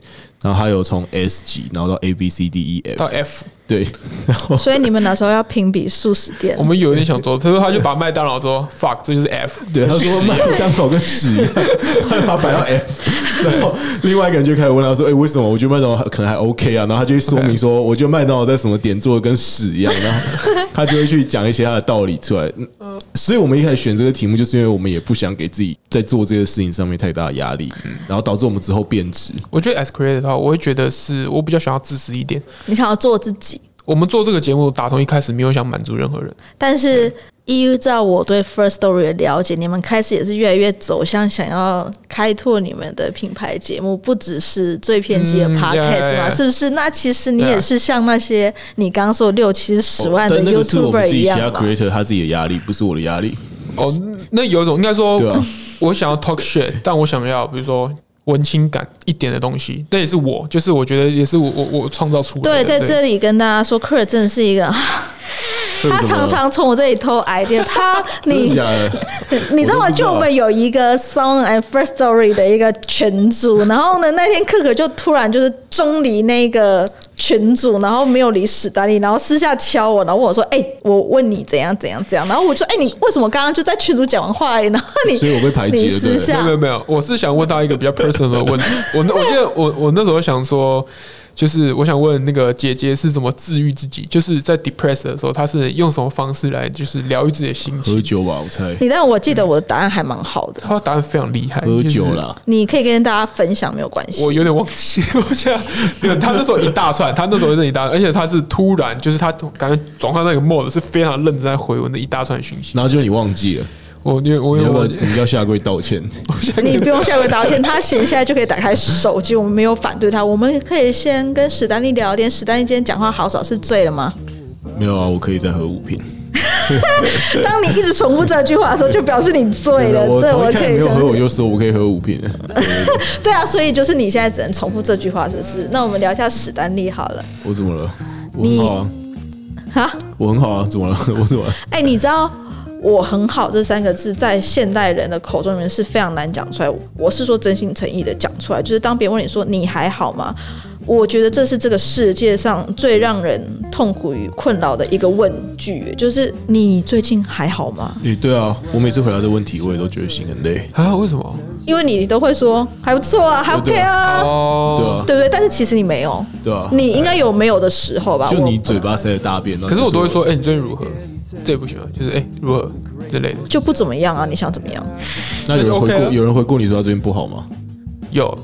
Speaker 4: 然后他有从 S 级，然后到 A B C D E
Speaker 3: 到
Speaker 4: F，
Speaker 3: F，
Speaker 4: 对， 然后
Speaker 2: 所以你们哪时候要评比素食店
Speaker 3: 我？们有点想做，他说他就把麦当劳说 fuck，这就是 F，
Speaker 4: 对，他说麦当劳跟屎一样，他把它摆到 F，然后另外一个人就开始问他说：“哎、为什么？我觉得麦当劳可能还 OK 啊。”然后他就会说明说：“我觉得麦当劳在什么点做的跟屎一样。”然后他就会去讲一些他的道理出来。嗯所以我们一开始选这个题目，就是因为我们也不想给自己在做这个事情上面太大的压力，然后导致我们之后变质。
Speaker 3: 我觉得 as creator 的话，我会觉得是我比较想要自私一点。
Speaker 2: 你想要做自己，
Speaker 3: 我们做这个节目，打从一开始没有想满足任何人，
Speaker 2: 但是。依照我对 First Story 的了解，你们开始也是越来越走向想要开拓你们的品牌节目，不只是最偏激的
Speaker 3: 嗯
Speaker 2: Podcast 嘛，
Speaker 3: yeah, yeah, yeah
Speaker 2: 是不是？那其实你
Speaker 3: 对啊
Speaker 2: 也是像那些你刚刚说的六七十万的
Speaker 4: 但那个是我们
Speaker 2: YouTuber
Speaker 4: 自己
Speaker 2: 一
Speaker 4: 其
Speaker 2: 样啊
Speaker 4: 他
Speaker 2: 嘛？
Speaker 4: creator 他自己的压力，不是我的压力。
Speaker 3: 哦，那有一种应该说，
Speaker 4: 对啊
Speaker 3: 我想要 talk shit，但我想要比如说文青感一点的东西，那也是我，就是我觉得也是我我我创造出来的。
Speaker 2: 对，在这里跟大家说，克尔真的是一个，啊他
Speaker 4: 为什么
Speaker 2: 常常从我这里偷 idea，他
Speaker 4: 真
Speaker 2: 你
Speaker 4: 的假的？
Speaker 2: 你知道吗？
Speaker 4: 我都不知
Speaker 2: 就
Speaker 4: 道
Speaker 2: 我们有一个 Song and First Story 的一个群组，然后呢，那天可可就突然就是钟离那个群组，然后没有理史丹利，然后私下敲我，然后问我说：“哎、我问你怎样怎样怎样。”然后我就说：“哎、你为什么刚刚就在群组讲完话而已？然后你
Speaker 4: 所以我被排挤了
Speaker 2: 你
Speaker 4: 对
Speaker 2: 私
Speaker 4: 不对
Speaker 2: 下
Speaker 3: 没有没有没有，我是想问到一个比较 personal 的问题。我那我记得我我那时候想说，就是我想问那个姐姐是怎么治愈自己，就是在 depressed 的时候，她是用什么方式来就是疗愈自己的心
Speaker 4: 喝
Speaker 3: 情？
Speaker 4: 酒吧，我猜
Speaker 2: 你但我记得我的答案还蛮好的，
Speaker 3: 她答案非常厉害，
Speaker 4: 喝
Speaker 3: 就是
Speaker 4: 酒啦。
Speaker 2: 你可以跟大家分享，没有关系。
Speaker 3: 我有点忘记， 我现在没有他那时候一大串，他那时候那一大串，而且他是突然，就是他感觉转换那个 mode 是非常认真在回我那一大串讯息。
Speaker 4: 然后就你忘记了，
Speaker 3: 我因为我
Speaker 4: 啊你
Speaker 3: 因为
Speaker 4: 要不要
Speaker 3: 我
Speaker 4: 你要下跪道 歉？
Speaker 2: 你不用下跪道歉，他其实现在就可以打开手机，我们没有反对他，我们可以先跟史丹利聊天。史丹利今天讲话好少，是醉了吗？
Speaker 4: 没有啊，我可以再喝五瓶。
Speaker 2: 当你一直重复这句话的时候，就表示你醉了。
Speaker 4: 啊我
Speaker 2: 这
Speaker 4: 从一
Speaker 2: 可
Speaker 4: 开始
Speaker 2: 以
Speaker 4: 没有喝，
Speaker 2: 相
Speaker 4: 我
Speaker 2: 信。
Speaker 4: 就说我可以喝五瓶。
Speaker 2: 对啊，所以就是你现在只能重复这句话，是不是？那我们聊一下史丹利好了。
Speaker 4: 我怎么了？我很好啊，
Speaker 2: 哈，
Speaker 4: 我很好啊，怎么了？ 我怎么了？
Speaker 2: 哎、你知道“我很好”这三个字在现代人的口中里面是非常难讲出来。我是说真心诚意的讲出来，就是当别人问你说“你还好吗”，我觉得这是这个世界上最让人痛苦与困扰的一个问句，就是“你最近还好吗
Speaker 4: 诶，对啊，我每次回答这问题，我也都觉得心很累。
Speaker 3: 啊，为什么？”？
Speaker 2: 因为你都会说“还不错啊，还 OK 啊”，
Speaker 4: 对
Speaker 3: 哦，
Speaker 4: 啊，
Speaker 2: 对不对？但是其实你没有。
Speaker 4: 对啊，
Speaker 2: 你应该有没有的时候吧？
Speaker 4: 就你
Speaker 2: 我
Speaker 4: 嘴巴塞了大便。
Speaker 3: 可是我都会说，
Speaker 4: 哎，
Speaker 3: 哎，你最近如何？这也不行啊，就是哎如何之类的。
Speaker 2: 就不怎么样啊？你想怎么样？
Speaker 4: 那有人
Speaker 3: 那
Speaker 4: 回
Speaker 3: 就 OK
Speaker 4: 过，
Speaker 3: 啊
Speaker 4: 有人回过你说他最近不好吗？
Speaker 3: 有，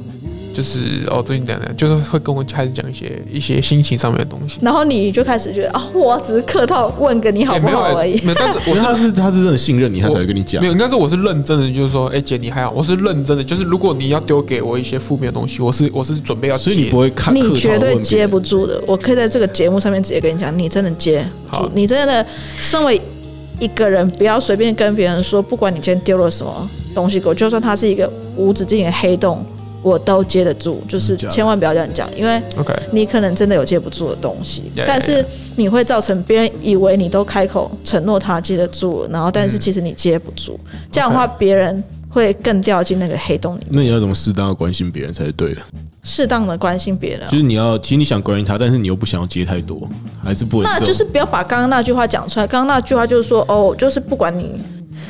Speaker 3: 就是哦，最近怎样怎样，就是会跟我开始讲一些一些心情上面的东西。
Speaker 2: 然后你就开始觉得啊，我只是客套问个你好
Speaker 3: 哎，
Speaker 2: 不
Speaker 3: 没有
Speaker 2: 好而
Speaker 3: 哎
Speaker 2: 已。
Speaker 3: 没有，但是
Speaker 4: 因
Speaker 3: 我
Speaker 4: 为
Speaker 3: 是
Speaker 4: 他是他是真的信任你，他才会跟你讲
Speaker 3: 没。有，应该是我是认真的，就是说，哎、姐你还好，我是认真的，就是如果你要丢给我一些负面的东西，我是我是准备要接，
Speaker 4: 所以你不会看，
Speaker 2: 你
Speaker 4: 客套
Speaker 2: 绝
Speaker 4: 地
Speaker 2: 对
Speaker 4: 问别
Speaker 2: 接
Speaker 4: 人
Speaker 2: 不住的，我可以在这个节目上面直接跟你讲，你真的接
Speaker 3: 好
Speaker 2: 住，你真的身为一个人，不要随便跟别人说，不管你今天丢了什么东西给我，就算它是一个无止境的黑洞，我都接得住，就是
Speaker 4: 假的
Speaker 2: 千万不要这样讲，因为
Speaker 3: OK，
Speaker 2: 你可能真的有接不住的东西
Speaker 3: Yeah, yeah, yeah.
Speaker 2: 但是你会造成别人以为你都开口承诺他接得住，然后但
Speaker 4: 嗯
Speaker 2: 是其实你接不住，这样的话别人会更掉进那个黑洞里面。
Speaker 4: 那你要怎么适当的关心别人才是对的？
Speaker 2: 适当的关心别人啊
Speaker 4: 就，是你要，其实你想关心他，但是你又不想要接太多，还是不能
Speaker 2: 那
Speaker 4: 这种
Speaker 2: 就是不要把刚刚那句话讲出来。刚刚那句话就是说，哦，就是不管你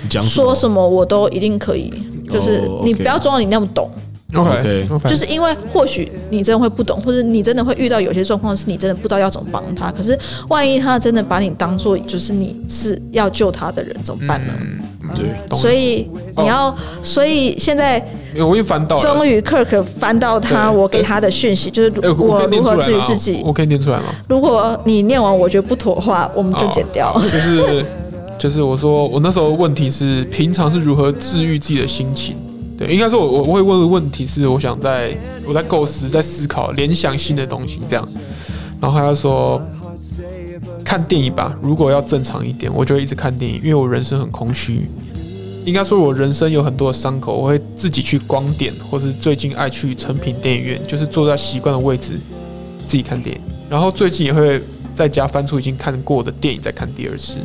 Speaker 4: 讲
Speaker 2: 说什么，我都一定可以，就是
Speaker 4: 哦
Speaker 2: 你
Speaker 4: OK
Speaker 2: 不要装你那么懂。
Speaker 3: OK，
Speaker 4: OK
Speaker 2: 就是因为或许你真的会不懂，或者你真的会遇到有些状况，是你真的不知道要怎么帮他。可是万一他真的把你当做就是你是要救他的人，怎么办呢？
Speaker 3: 嗯懂
Speaker 2: 所以你要，所以现在
Speaker 3: 因为我已经翻到了。
Speaker 2: 终于 Kirk 翻到他
Speaker 3: 对
Speaker 2: 我给他的讯息，就是
Speaker 3: 哎我可以
Speaker 2: 如
Speaker 3: 念出
Speaker 2: 何
Speaker 3: 来
Speaker 2: 治愈
Speaker 3: 吗
Speaker 2: 自己。
Speaker 3: 我可以念出来吗？
Speaker 2: 如果你念完我觉得不妥的话，我们就剪掉
Speaker 3: 哦。好就是 就是我说我那时候问题是平常是如何治愈自己的心情。对，应该说我我会问的问题是，我想在我在构思、在思考、联想新的东西这样。然后他就说，看电影吧，如果要正常一点，我就会一直看电影，因为我人生很空虚。应该说，我人生有很多的伤口，我会自己去光点，或是最近爱去成品电影院，就是坐在习惯的位置自己看电影。然后最近也会在家翻出已经看过的电影再看第二次，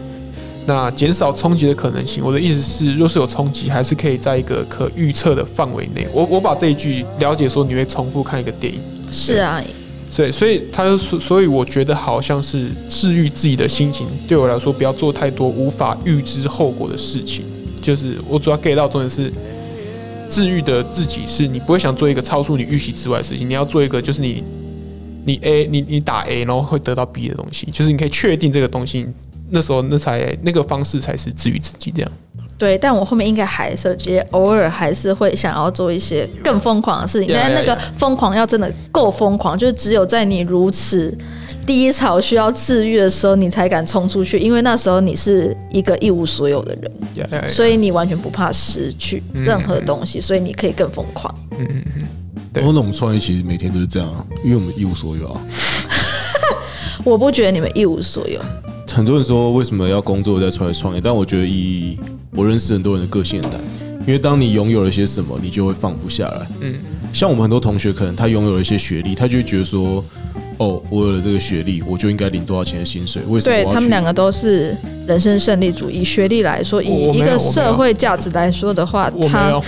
Speaker 3: 那减少冲击的可能性。我的意思是，若是有冲击，还是可以在一个可预测的范围内。我我把这一句了解说你会重复看一个电影，
Speaker 2: 是啊，
Speaker 3: 所以所以他就说，所以我觉得好像是治愈自己的心情，对我来说不要做太多无法预知后果的事情。就是我主要 get 到重点是。治愈的自己是你不会想做一个超出你预期之外的事情，你要做一个就是你你 A 你你打 A 然后会得到 B 的东西，就是你可以确定这个东西，那时候那才那个方式才是治愈自己这样。
Speaker 2: 对，但我后面应该还是有直接偶尔还是会想要做一些更疯狂的事情，
Speaker 3: Yeah,
Speaker 2: 但是
Speaker 3: yeah,
Speaker 2: 那个疯狂要真的够疯狂，就是只有在你如此低潮需要治愈的时候，你才敢冲出去，因为那时候你是一个一无所有的人，
Speaker 3: 哎啊
Speaker 2: 所以你完全不怕失去任何东西，所以你可以更疯狂。
Speaker 3: 对
Speaker 4: 哦，那我们创业其实每天都是这样啊，因为我们一无所有啊。
Speaker 2: 我不觉得你们一无所有，
Speaker 4: 很多人说为什么要工作再出来创业，但我觉得以我认识很多人的个性很难，因为当你拥有了些什么，你就会放不下来。嗯，像我们很多同学，可能他拥有了一些学历，他就会觉得说，哦，我有了这个学历，我就应该领多少钱的薪水？为什么我
Speaker 2: 对
Speaker 4: 要去？
Speaker 2: 他们两个都是人生胜利主义。学历来说，以
Speaker 3: 我我
Speaker 2: 一
Speaker 3: 没有
Speaker 2: 个
Speaker 3: 我没有
Speaker 2: 社会价值来说的话
Speaker 3: 我，没
Speaker 2: 他
Speaker 3: 有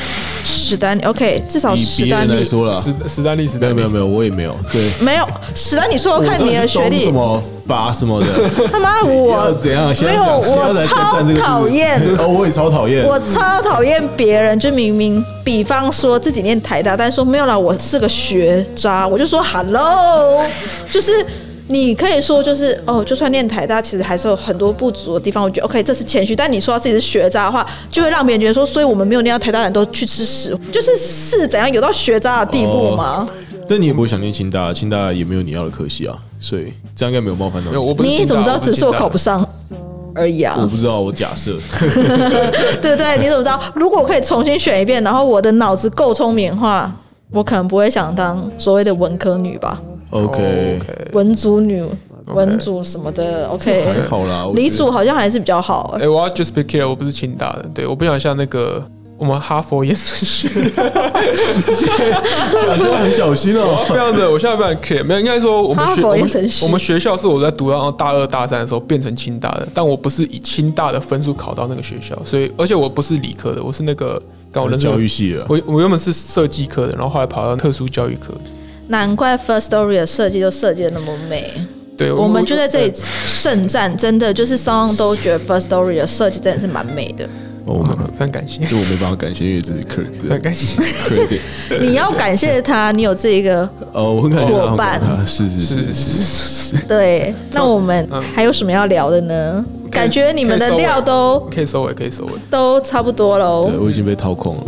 Speaker 2: 史丹 OK，至少
Speaker 4: 以
Speaker 2: 史
Speaker 4: 别
Speaker 2: 丹
Speaker 4: 人来
Speaker 2: 利。
Speaker 4: 说啦，
Speaker 3: 史史丹利史
Speaker 4: 没
Speaker 3: 丹利
Speaker 4: 有没有没有，我也没有。对，
Speaker 2: 没有，史丹，你说说看你的学
Speaker 4: 我真的是
Speaker 2: 历
Speaker 4: 懂什。么法什么的。
Speaker 2: 他妈
Speaker 4: 要
Speaker 2: 我
Speaker 4: 怎样？现
Speaker 2: 没
Speaker 4: 在
Speaker 2: 有，
Speaker 4: 讲谁要
Speaker 2: 我
Speaker 4: 来挑
Speaker 2: 超
Speaker 4: 战这个
Speaker 2: 讨
Speaker 4: 是不是
Speaker 2: 厌，
Speaker 4: 哦，我也超讨厌。
Speaker 2: 我超讨厌别人就明明，比方说自己念台大，但是说没有啦，我是个学渣，我就说 hello，就是。 你可以说就是哦，就算念台大，其实还是有很多不足的地方。我觉得 OK，这是谦虚。但你说到自己是学渣的话，就会让别人觉得说，所以我们没有念到台大的人都去吃屎，就是是怎样有到学渣的地步吗？
Speaker 4: 但你也不会想念清大，清大也没有你要的科系啊，所以这样应该没有冒犯到
Speaker 3: 没有，我不是
Speaker 2: 你怎么知道只是我考不
Speaker 3: 上？
Speaker 2: 上而已啊？
Speaker 4: 我不知道，我假设
Speaker 2: 对对，你怎么知道？如果我可以重新选一遍，然后我的脑子够聪明的话，我可能不会想当所谓的文科女吧，
Speaker 4: OK，
Speaker 2: 文族女、文族什么的。OK，
Speaker 4: 还好啦。我觉得
Speaker 2: 理组好像还是比较好
Speaker 3: 哎、。我要 just be clear，我不是清大的，对，我不想像那个我们哈佛也是学。
Speaker 4: 讲真的啊很小心
Speaker 3: 我要 非
Speaker 4: 哦。
Speaker 3: 常的，我现在非常 care，没有，应该说我们
Speaker 2: 哈
Speaker 3: 学
Speaker 2: 佛
Speaker 3: 我
Speaker 2: 也
Speaker 3: 们
Speaker 2: 真是
Speaker 3: 我们学校是我在读到大二大三的时候变成清大的，但我不是以清大的分数考到那个学校，所以而且我不是理科的，我是那个刚我人生
Speaker 4: 教育系啊了，
Speaker 3: 我我原本是设计科的，然后后来跑到特殊教育科。
Speaker 2: 难怪 First Story 的设计就设计的那么美。
Speaker 3: 对，
Speaker 2: 我们就在这里圣战，真的就是双方都觉得 First Story 的设计真的是蛮美的。
Speaker 4: 哦我们
Speaker 3: 非常感谢，
Speaker 4: 这我没办法感谢，因为这是 Kirk
Speaker 3: 非常
Speaker 4: 的
Speaker 3: 感谢。
Speaker 4: credit。
Speaker 2: 你要感谢他，你有这一 个
Speaker 4: 哦，我很感谢他
Speaker 2: 伙伴
Speaker 4: 很感谢他是是
Speaker 3: 是是
Speaker 4: 是
Speaker 3: 是，
Speaker 4: 是。
Speaker 2: 对。那我们
Speaker 3: 嗯
Speaker 2: 还有什么要聊的呢？感觉你们的
Speaker 3: 可以收尾
Speaker 2: 料都
Speaker 3: 可以收尾，可以收尾。
Speaker 2: 都差不多喽。
Speaker 4: 对，我已经被掏空了，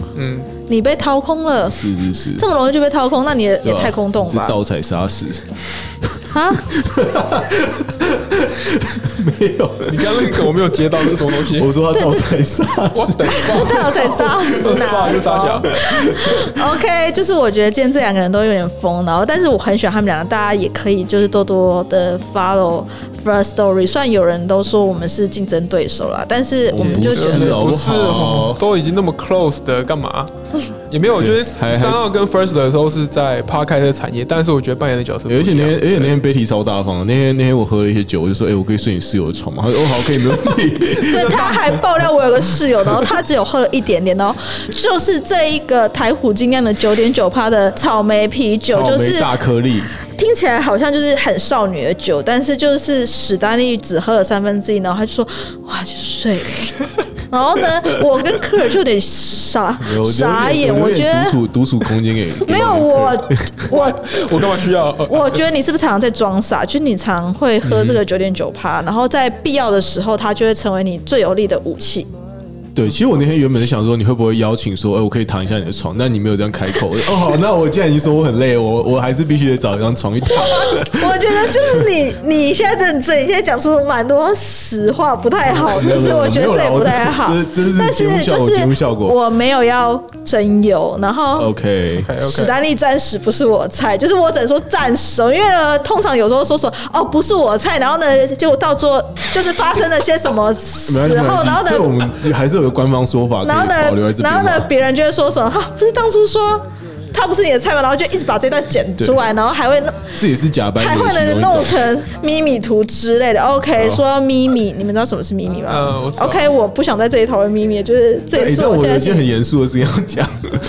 Speaker 2: 你被掏空了，
Speaker 4: 是是是，
Speaker 2: 这么容易就被掏空，那你也
Speaker 4: 对
Speaker 2: 也
Speaker 4: 吧
Speaker 2: 太空洞了
Speaker 4: 这
Speaker 2: 吧？
Speaker 4: 倒踩沙石，
Speaker 2: 啊，
Speaker 4: 没有，
Speaker 3: 你刚刚那个我没有接到是什么东西？
Speaker 4: 我说他
Speaker 2: 对
Speaker 4: 倒
Speaker 2: 这
Speaker 4: 踩沙
Speaker 3: 我
Speaker 4: 石，
Speaker 3: 等
Speaker 2: 倒踩沙石
Speaker 3: 傻就傻
Speaker 2: 哪
Speaker 4: 啊
Speaker 3: 笑。
Speaker 2: ？OK，就是我觉得今天这两个人都有点疯，然后但是我很喜欢他们两个，大家也可以就是多多的 follow First Story。虽然有人都说我们是竞争对手啦，但是我们就觉
Speaker 4: 我们
Speaker 2: 得
Speaker 4: 是好
Speaker 3: 不
Speaker 4: 不
Speaker 3: 是
Speaker 4: 好，
Speaker 3: 都已经那么 close 的，干嘛？也没有，我觉得
Speaker 4: 还还
Speaker 3: 三号跟 first 的时候是在趴开的产业，但是我觉得扮演的角色不一
Speaker 4: 而
Speaker 3: 样，
Speaker 4: 且那天，而且那天 Betty 超大方的。那天那天我喝了一些酒，我就说：“哎、我可以睡你室友的床吗？”他说：“哦，好，可以，没问 题。
Speaker 2: 对，他还爆料我有个室友，然后他只有喝了一点点，然后就是这一个台虎精酿的九点九趴的草莓啤”酒，
Speaker 4: 草
Speaker 2: 就
Speaker 4: 莓
Speaker 2: 是
Speaker 4: 大颗粒，
Speaker 2: 听起来好像就是很少女的酒，但是就是史丹利只喝了三分之一，然后他就说：“哇，去睡了。”然后呢，我跟科尔就有点傻
Speaker 4: 我留
Speaker 2: 傻
Speaker 4: 点
Speaker 2: 眼，
Speaker 4: 留
Speaker 2: 我
Speaker 4: 点
Speaker 2: 觉得
Speaker 4: 独处独处空间给
Speaker 2: 没有我我
Speaker 3: 我干嘛需要？呃
Speaker 2: 我觉得你是不是常常在装傻？就你常会喝
Speaker 4: 嗯
Speaker 2: 这个九点九趴，然后在必要的时候，它就会成为你最有力的武器。
Speaker 4: 对，其实我那天原本是想说，你会不会邀请说，哎、我可以躺一下你的床？但你没有这样开口。 我说哦，好，那我既然已经说我很累，我我还是必须得找一 张床去躺。
Speaker 2: 我觉得就是你， 你现在真的醉，你现在讲出蛮多实话，不太好，
Speaker 4: 没
Speaker 2: 就
Speaker 4: 有
Speaker 2: 是我觉得
Speaker 4: 没
Speaker 2: 这
Speaker 4: 有啦
Speaker 2: 也不太好
Speaker 4: 我这这这是。
Speaker 2: 但
Speaker 4: 节目
Speaker 2: 就
Speaker 4: 效果节目
Speaker 2: 是
Speaker 4: 效果哦
Speaker 2: 我没有要真有，然后
Speaker 4: OK，
Speaker 3: OK，OK
Speaker 2: 史丹利暂时不是我菜，就是我只能说暂时哦，因为呢通常有时候说说哦不是我菜，然后呢就到做就是发生了些什么时
Speaker 4: 没关系，没
Speaker 2: 候，然后
Speaker 4: 关系，
Speaker 2: 呢
Speaker 4: 这我们还是有个官方说法可
Speaker 2: 然后
Speaker 4: 以
Speaker 2: 呢
Speaker 4: 保留在这，边
Speaker 2: 然
Speaker 4: 嘛。
Speaker 2: 后呢，别人就会说什么？哈、不是当初说他不是你的菜吗？然后就一直把这段剪出来，然后还会弄，
Speaker 4: 这也是假扮
Speaker 2: 还
Speaker 4: 演
Speaker 2: 会
Speaker 4: 的其
Speaker 2: 能
Speaker 4: 中一
Speaker 2: 弄
Speaker 4: 种。
Speaker 2: 成咪咪图之类的。OK，、说
Speaker 4: 哦
Speaker 2: 到咪咪，你们知道什么是咪咪吗、
Speaker 3: 呃我知道
Speaker 2: o k 我不想在这里讨论咪咪，就是这也
Speaker 4: 哎
Speaker 2: 是
Speaker 4: 但
Speaker 2: 现
Speaker 4: 有
Speaker 2: 在
Speaker 4: 一件很
Speaker 2: 是
Speaker 4: 严肃的事情要讲，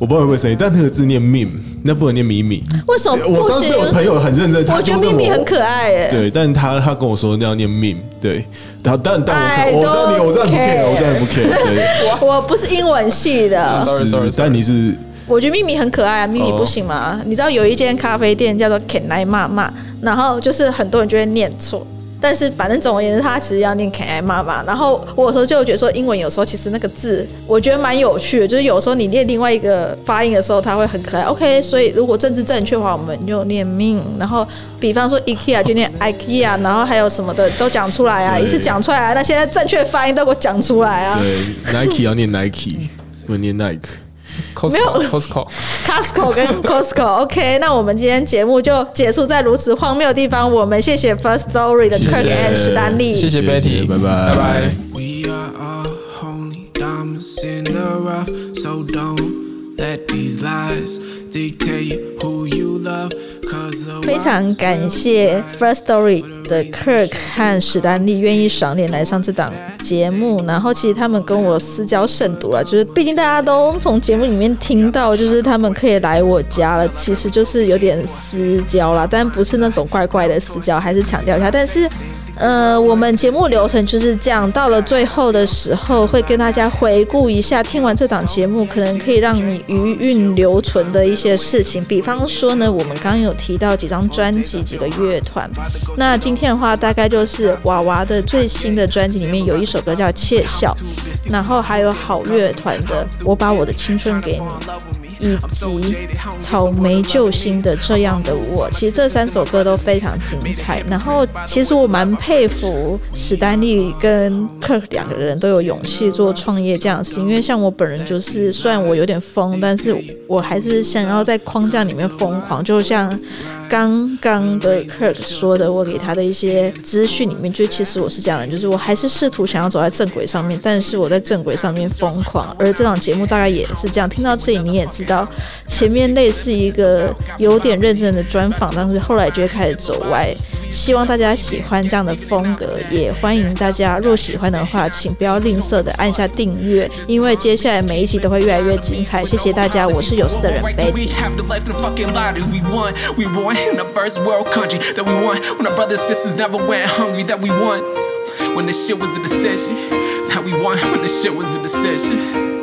Speaker 4: 我不知道会不会生气，但那个字念 meme，那不能念米米。
Speaker 2: 为什么
Speaker 4: 我
Speaker 2: 不
Speaker 4: 上次
Speaker 2: 行
Speaker 4: 被？我朋友很认真，他
Speaker 2: 我觉得
Speaker 4: 纠
Speaker 2: 咪
Speaker 4: 正
Speaker 2: 咪很可爱耶、
Speaker 4: 对，但他他跟我说那样念 meme，对，然后但但我
Speaker 2: I
Speaker 4: 看我知道你，我知道你不
Speaker 2: don't care
Speaker 4: care，我知道你不 care，对。
Speaker 2: 我不是英文系的，
Speaker 3: Sorry,
Speaker 4: 是
Speaker 3: sorry, sorry
Speaker 4: 但你是
Speaker 2: 我觉得咪咪很可爱啊，咪
Speaker 4: 哦
Speaker 2: 咪不行吗你知道有一间咖啡店叫做 Can I 妈妈，然后就是很多人就会念错。但是反正总而言之，他其实要念 Can I 妈妈。然后我有时候就觉得说，英文有时候其实那个字我觉得蛮有趣的，就是有时候你念另外一个发音的时候，它会很可爱。OK，所以如果政治正确的话，我们就念 mean。然后比方说 IKEA 就念 IKEA，然后还有什么的都讲出来啊，
Speaker 4: 对
Speaker 2: 一次讲出来啊。那现在正确发音都给我讲出来啊。
Speaker 4: 对 Nike 要念 Nike，不能念 Nike。
Speaker 2: 没有
Speaker 3: Costco，Costco，
Speaker 2: Costco 跟 Costco，OK，、那我们今天节目就结束在如此荒谬的地方。我们谢谢 First Story 的 Kirk and 史丹利，
Speaker 3: 谢谢 Betty，
Speaker 4: 拜
Speaker 3: 拜
Speaker 4: 拜
Speaker 3: 拜。
Speaker 7: We are all only diamonds in the rough, so don't let these lies dictate who you love. Cause the
Speaker 2: 非常感谢 First Story 的 Kirk 和史丹利愿意赏脸来上这档节目，然后其实他们跟我私交甚笃了，就是毕竟大家都从节目里面听到，就是他们可以来我家了，其实就是有点私交啦，但不是那种怪怪的私交，还是强调一下，但是。呃，我们节目流程就是这样，到了最后的时候会跟大家回顾一下，听完这档节目可能可以让你余韵留存的一些事情。比方说呢，我们刚刚有提到几张专辑、几个乐团，那今天的话大概就是娃娃的最新的专辑里面有一首歌叫《窃笑》，然后还有好乐团的《我把我的青春给你》。以及草莓救星的《这样的我》，其实这三首歌都非常精彩。然后，其实我蛮佩服史丹利跟 Kirk 两个人都有勇气做创业这样的事情，因为像我本人就是，虽然我有点疯，但是我还是想要在框架里面疯狂，就像。刚刚的 Kirk 说的，我给他的一些资讯里面，就其实我是这样的人，就是我还是试图想要走在正轨上面，但是我在正轨上面疯狂。而这档节目大概也是这样。听到这里你也知道，前面类似一个有点认真的专访，但是后来就会开始走歪。希望大家喜欢这样的风格，也欢迎大家若喜欢的话，请不要吝啬的按下订阅，因为接下来每一集都会越来越精彩。谢谢大家，我是有事的人 b a
Speaker 7: We have the life and the fucking lottery we want. We want in the first world country that we want. When our brothers and sisters never went hungry that we want. When this shit was a decision that we want. When this shit was a decision.